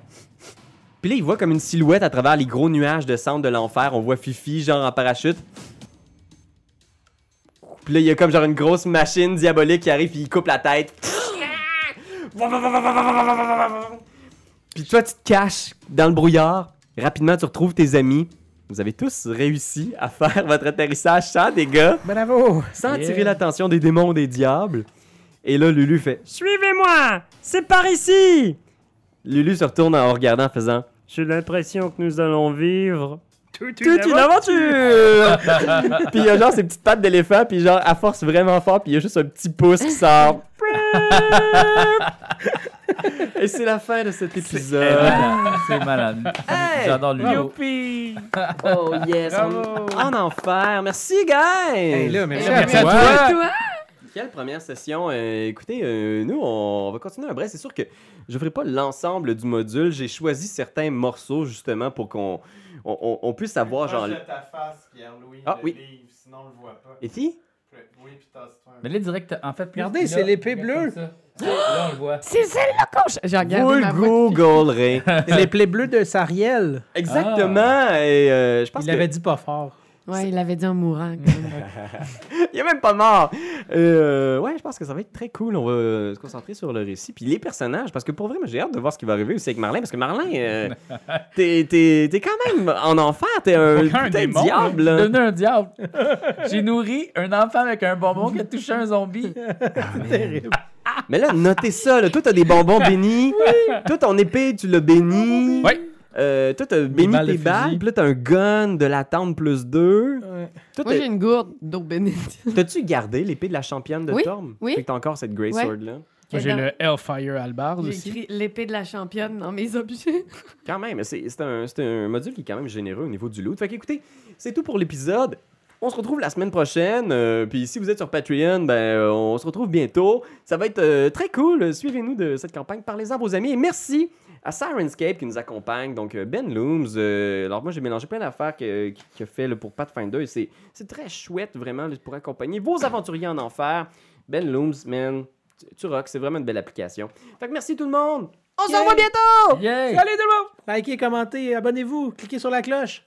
B: Puis là, il voit comme une silhouette à travers les gros nuages de cendres de l'enfer. On voit Fifi, genre en parachute. Puis là, il y a comme genre une grosse machine diabolique qui arrive, puis il coupe la tête. Puis toi, tu te caches dans le brouillard. Rapidement, tu retrouves tes amis. Vous avez tous réussi à faire votre atterrissage sans dégâts,
D: Bravo!
B: sans attirer l'attention des démons ou des diables. Et là, Lulu fait.
F: Suivez-moi C'est par ici
B: Lulu se retourne en regardant, en faisant.
F: J'ai l'impression que nous allons vivre.
E: Toute
B: Toute une aventure! puis il y a genre ses petites pattes d'éléphant, puis genre à force vraiment fort, puis il y a juste un petit pouce qui sort. Et c'est la fin de cet
A: C'est
B: épisode.
A: malade. C'est malade.
B: Hey!
A: J'adore Lulu.
E: Youpi!
B: Oh yes!
E: Bravo!
B: En enfer! Merci, guys!
D: Hey, là, merci
E: Hey,
D: à
E: merci à
D: toi.
E: toi.
B: Quelle première session! Euh, écoutez, euh, nous, on, on va continuer un bref. C'est sûr que je ferai pas l'ensemble du module. J'ai choisi certains morceaux, justement, pour qu'on on, on- on puisse avoir, genre...
I: ta face, Pierre-Louis,
B: Ah,
I: le
B: oui.
I: livre, sinon on le voit pas.
B: Et si?
I: Oui, puis tasse-toi un
A: Mais là, direct, en fait. plus,
D: Regardez,
A: là,
D: c'est l'épée
A: regarde comme ça. Là, on le voit.
C: C'est celle-là qu'on. J'ai regardé
B: Vous
C: ma
B: le
C: voix.
B: googlerez.
D: Les plaies bleues de Sariel.
B: Exactement!
C: Ah.
B: Et euh, je pense
D: Il
B: que-
D: l'avait dit pas fort.
C: Ouais, il l'avait dit en mourant.
B: Il est même pas mort. Euh, ouais, je pense que ça va être très cool. On va euh, se concentrer sur le récit. Puis les personnages, parce que pour vrai, moi, j'ai hâte de voir ce qui va arriver aussi avec Marlin. Parce que Marlin, euh, t'es, t'es- t'es quand même en enfer. T'es un
E: Aucun
B: putain de
E: démon,
B: diable.
A: Je suis
B: là.
A: devenu un diable. J'ai nourri un enfant avec un bonbon qui a touché un zombie.
B: Mais là, notez ça. Là. Toi, t'as des bonbons bénis. Toi, ton épée, tu l'as béni.
E: Oui.
B: Euh, toi, t'as béni
D: balles de
B: tes balles.
D: fusil.
B: Puis là, t'as un gun de la tente plus 2. Toi,
C: Moi, j'ai
B: t'as-
C: une gourde d'eau bénite.
B: t'as-tu gardé l'épée de la championne de
C: Oui,
B: Torm?
C: oui.
B: Fait que t'as encore cette Grey
C: Ouais.
B: Sword-là.
E: Moi, j'ai le Hellfire Albard
C: J'ai
E: aussi.
C: écrit l'épée de la championne dans mes objets.
B: Quand même, c'est c'est un, c'est un module qui est quand même généreux au niveau du loot. Fait qu'écoutez, c'est tout pour l'épisode. On se retrouve la semaine prochaine. euh, Puis si vous êtes sur Patreon, ben, euh, on se retrouve bientôt. Ça va être euh, très cool. Suivez-nous de cette campagne. Parlez-en à vos amis. Et merci à Sirenscape qui nous accompagne. Donc euh, Ben Looms. euh, alors moi, j'ai mélangé plein d'affaires que- qu'il a fait là, pour Pathfinder. Et c'est c'est très chouette, vraiment, là, pour accompagner vos aventuriers en enfer. Ben Looms, man, tu, tu rock. C'est vraiment une belle application. Fait que merci tout le monde. On se revoit bientôt.
A: Yay!
D: Allez, tout le monde! Likez, commentez, abonnez-vous, cliquez sur la cloche.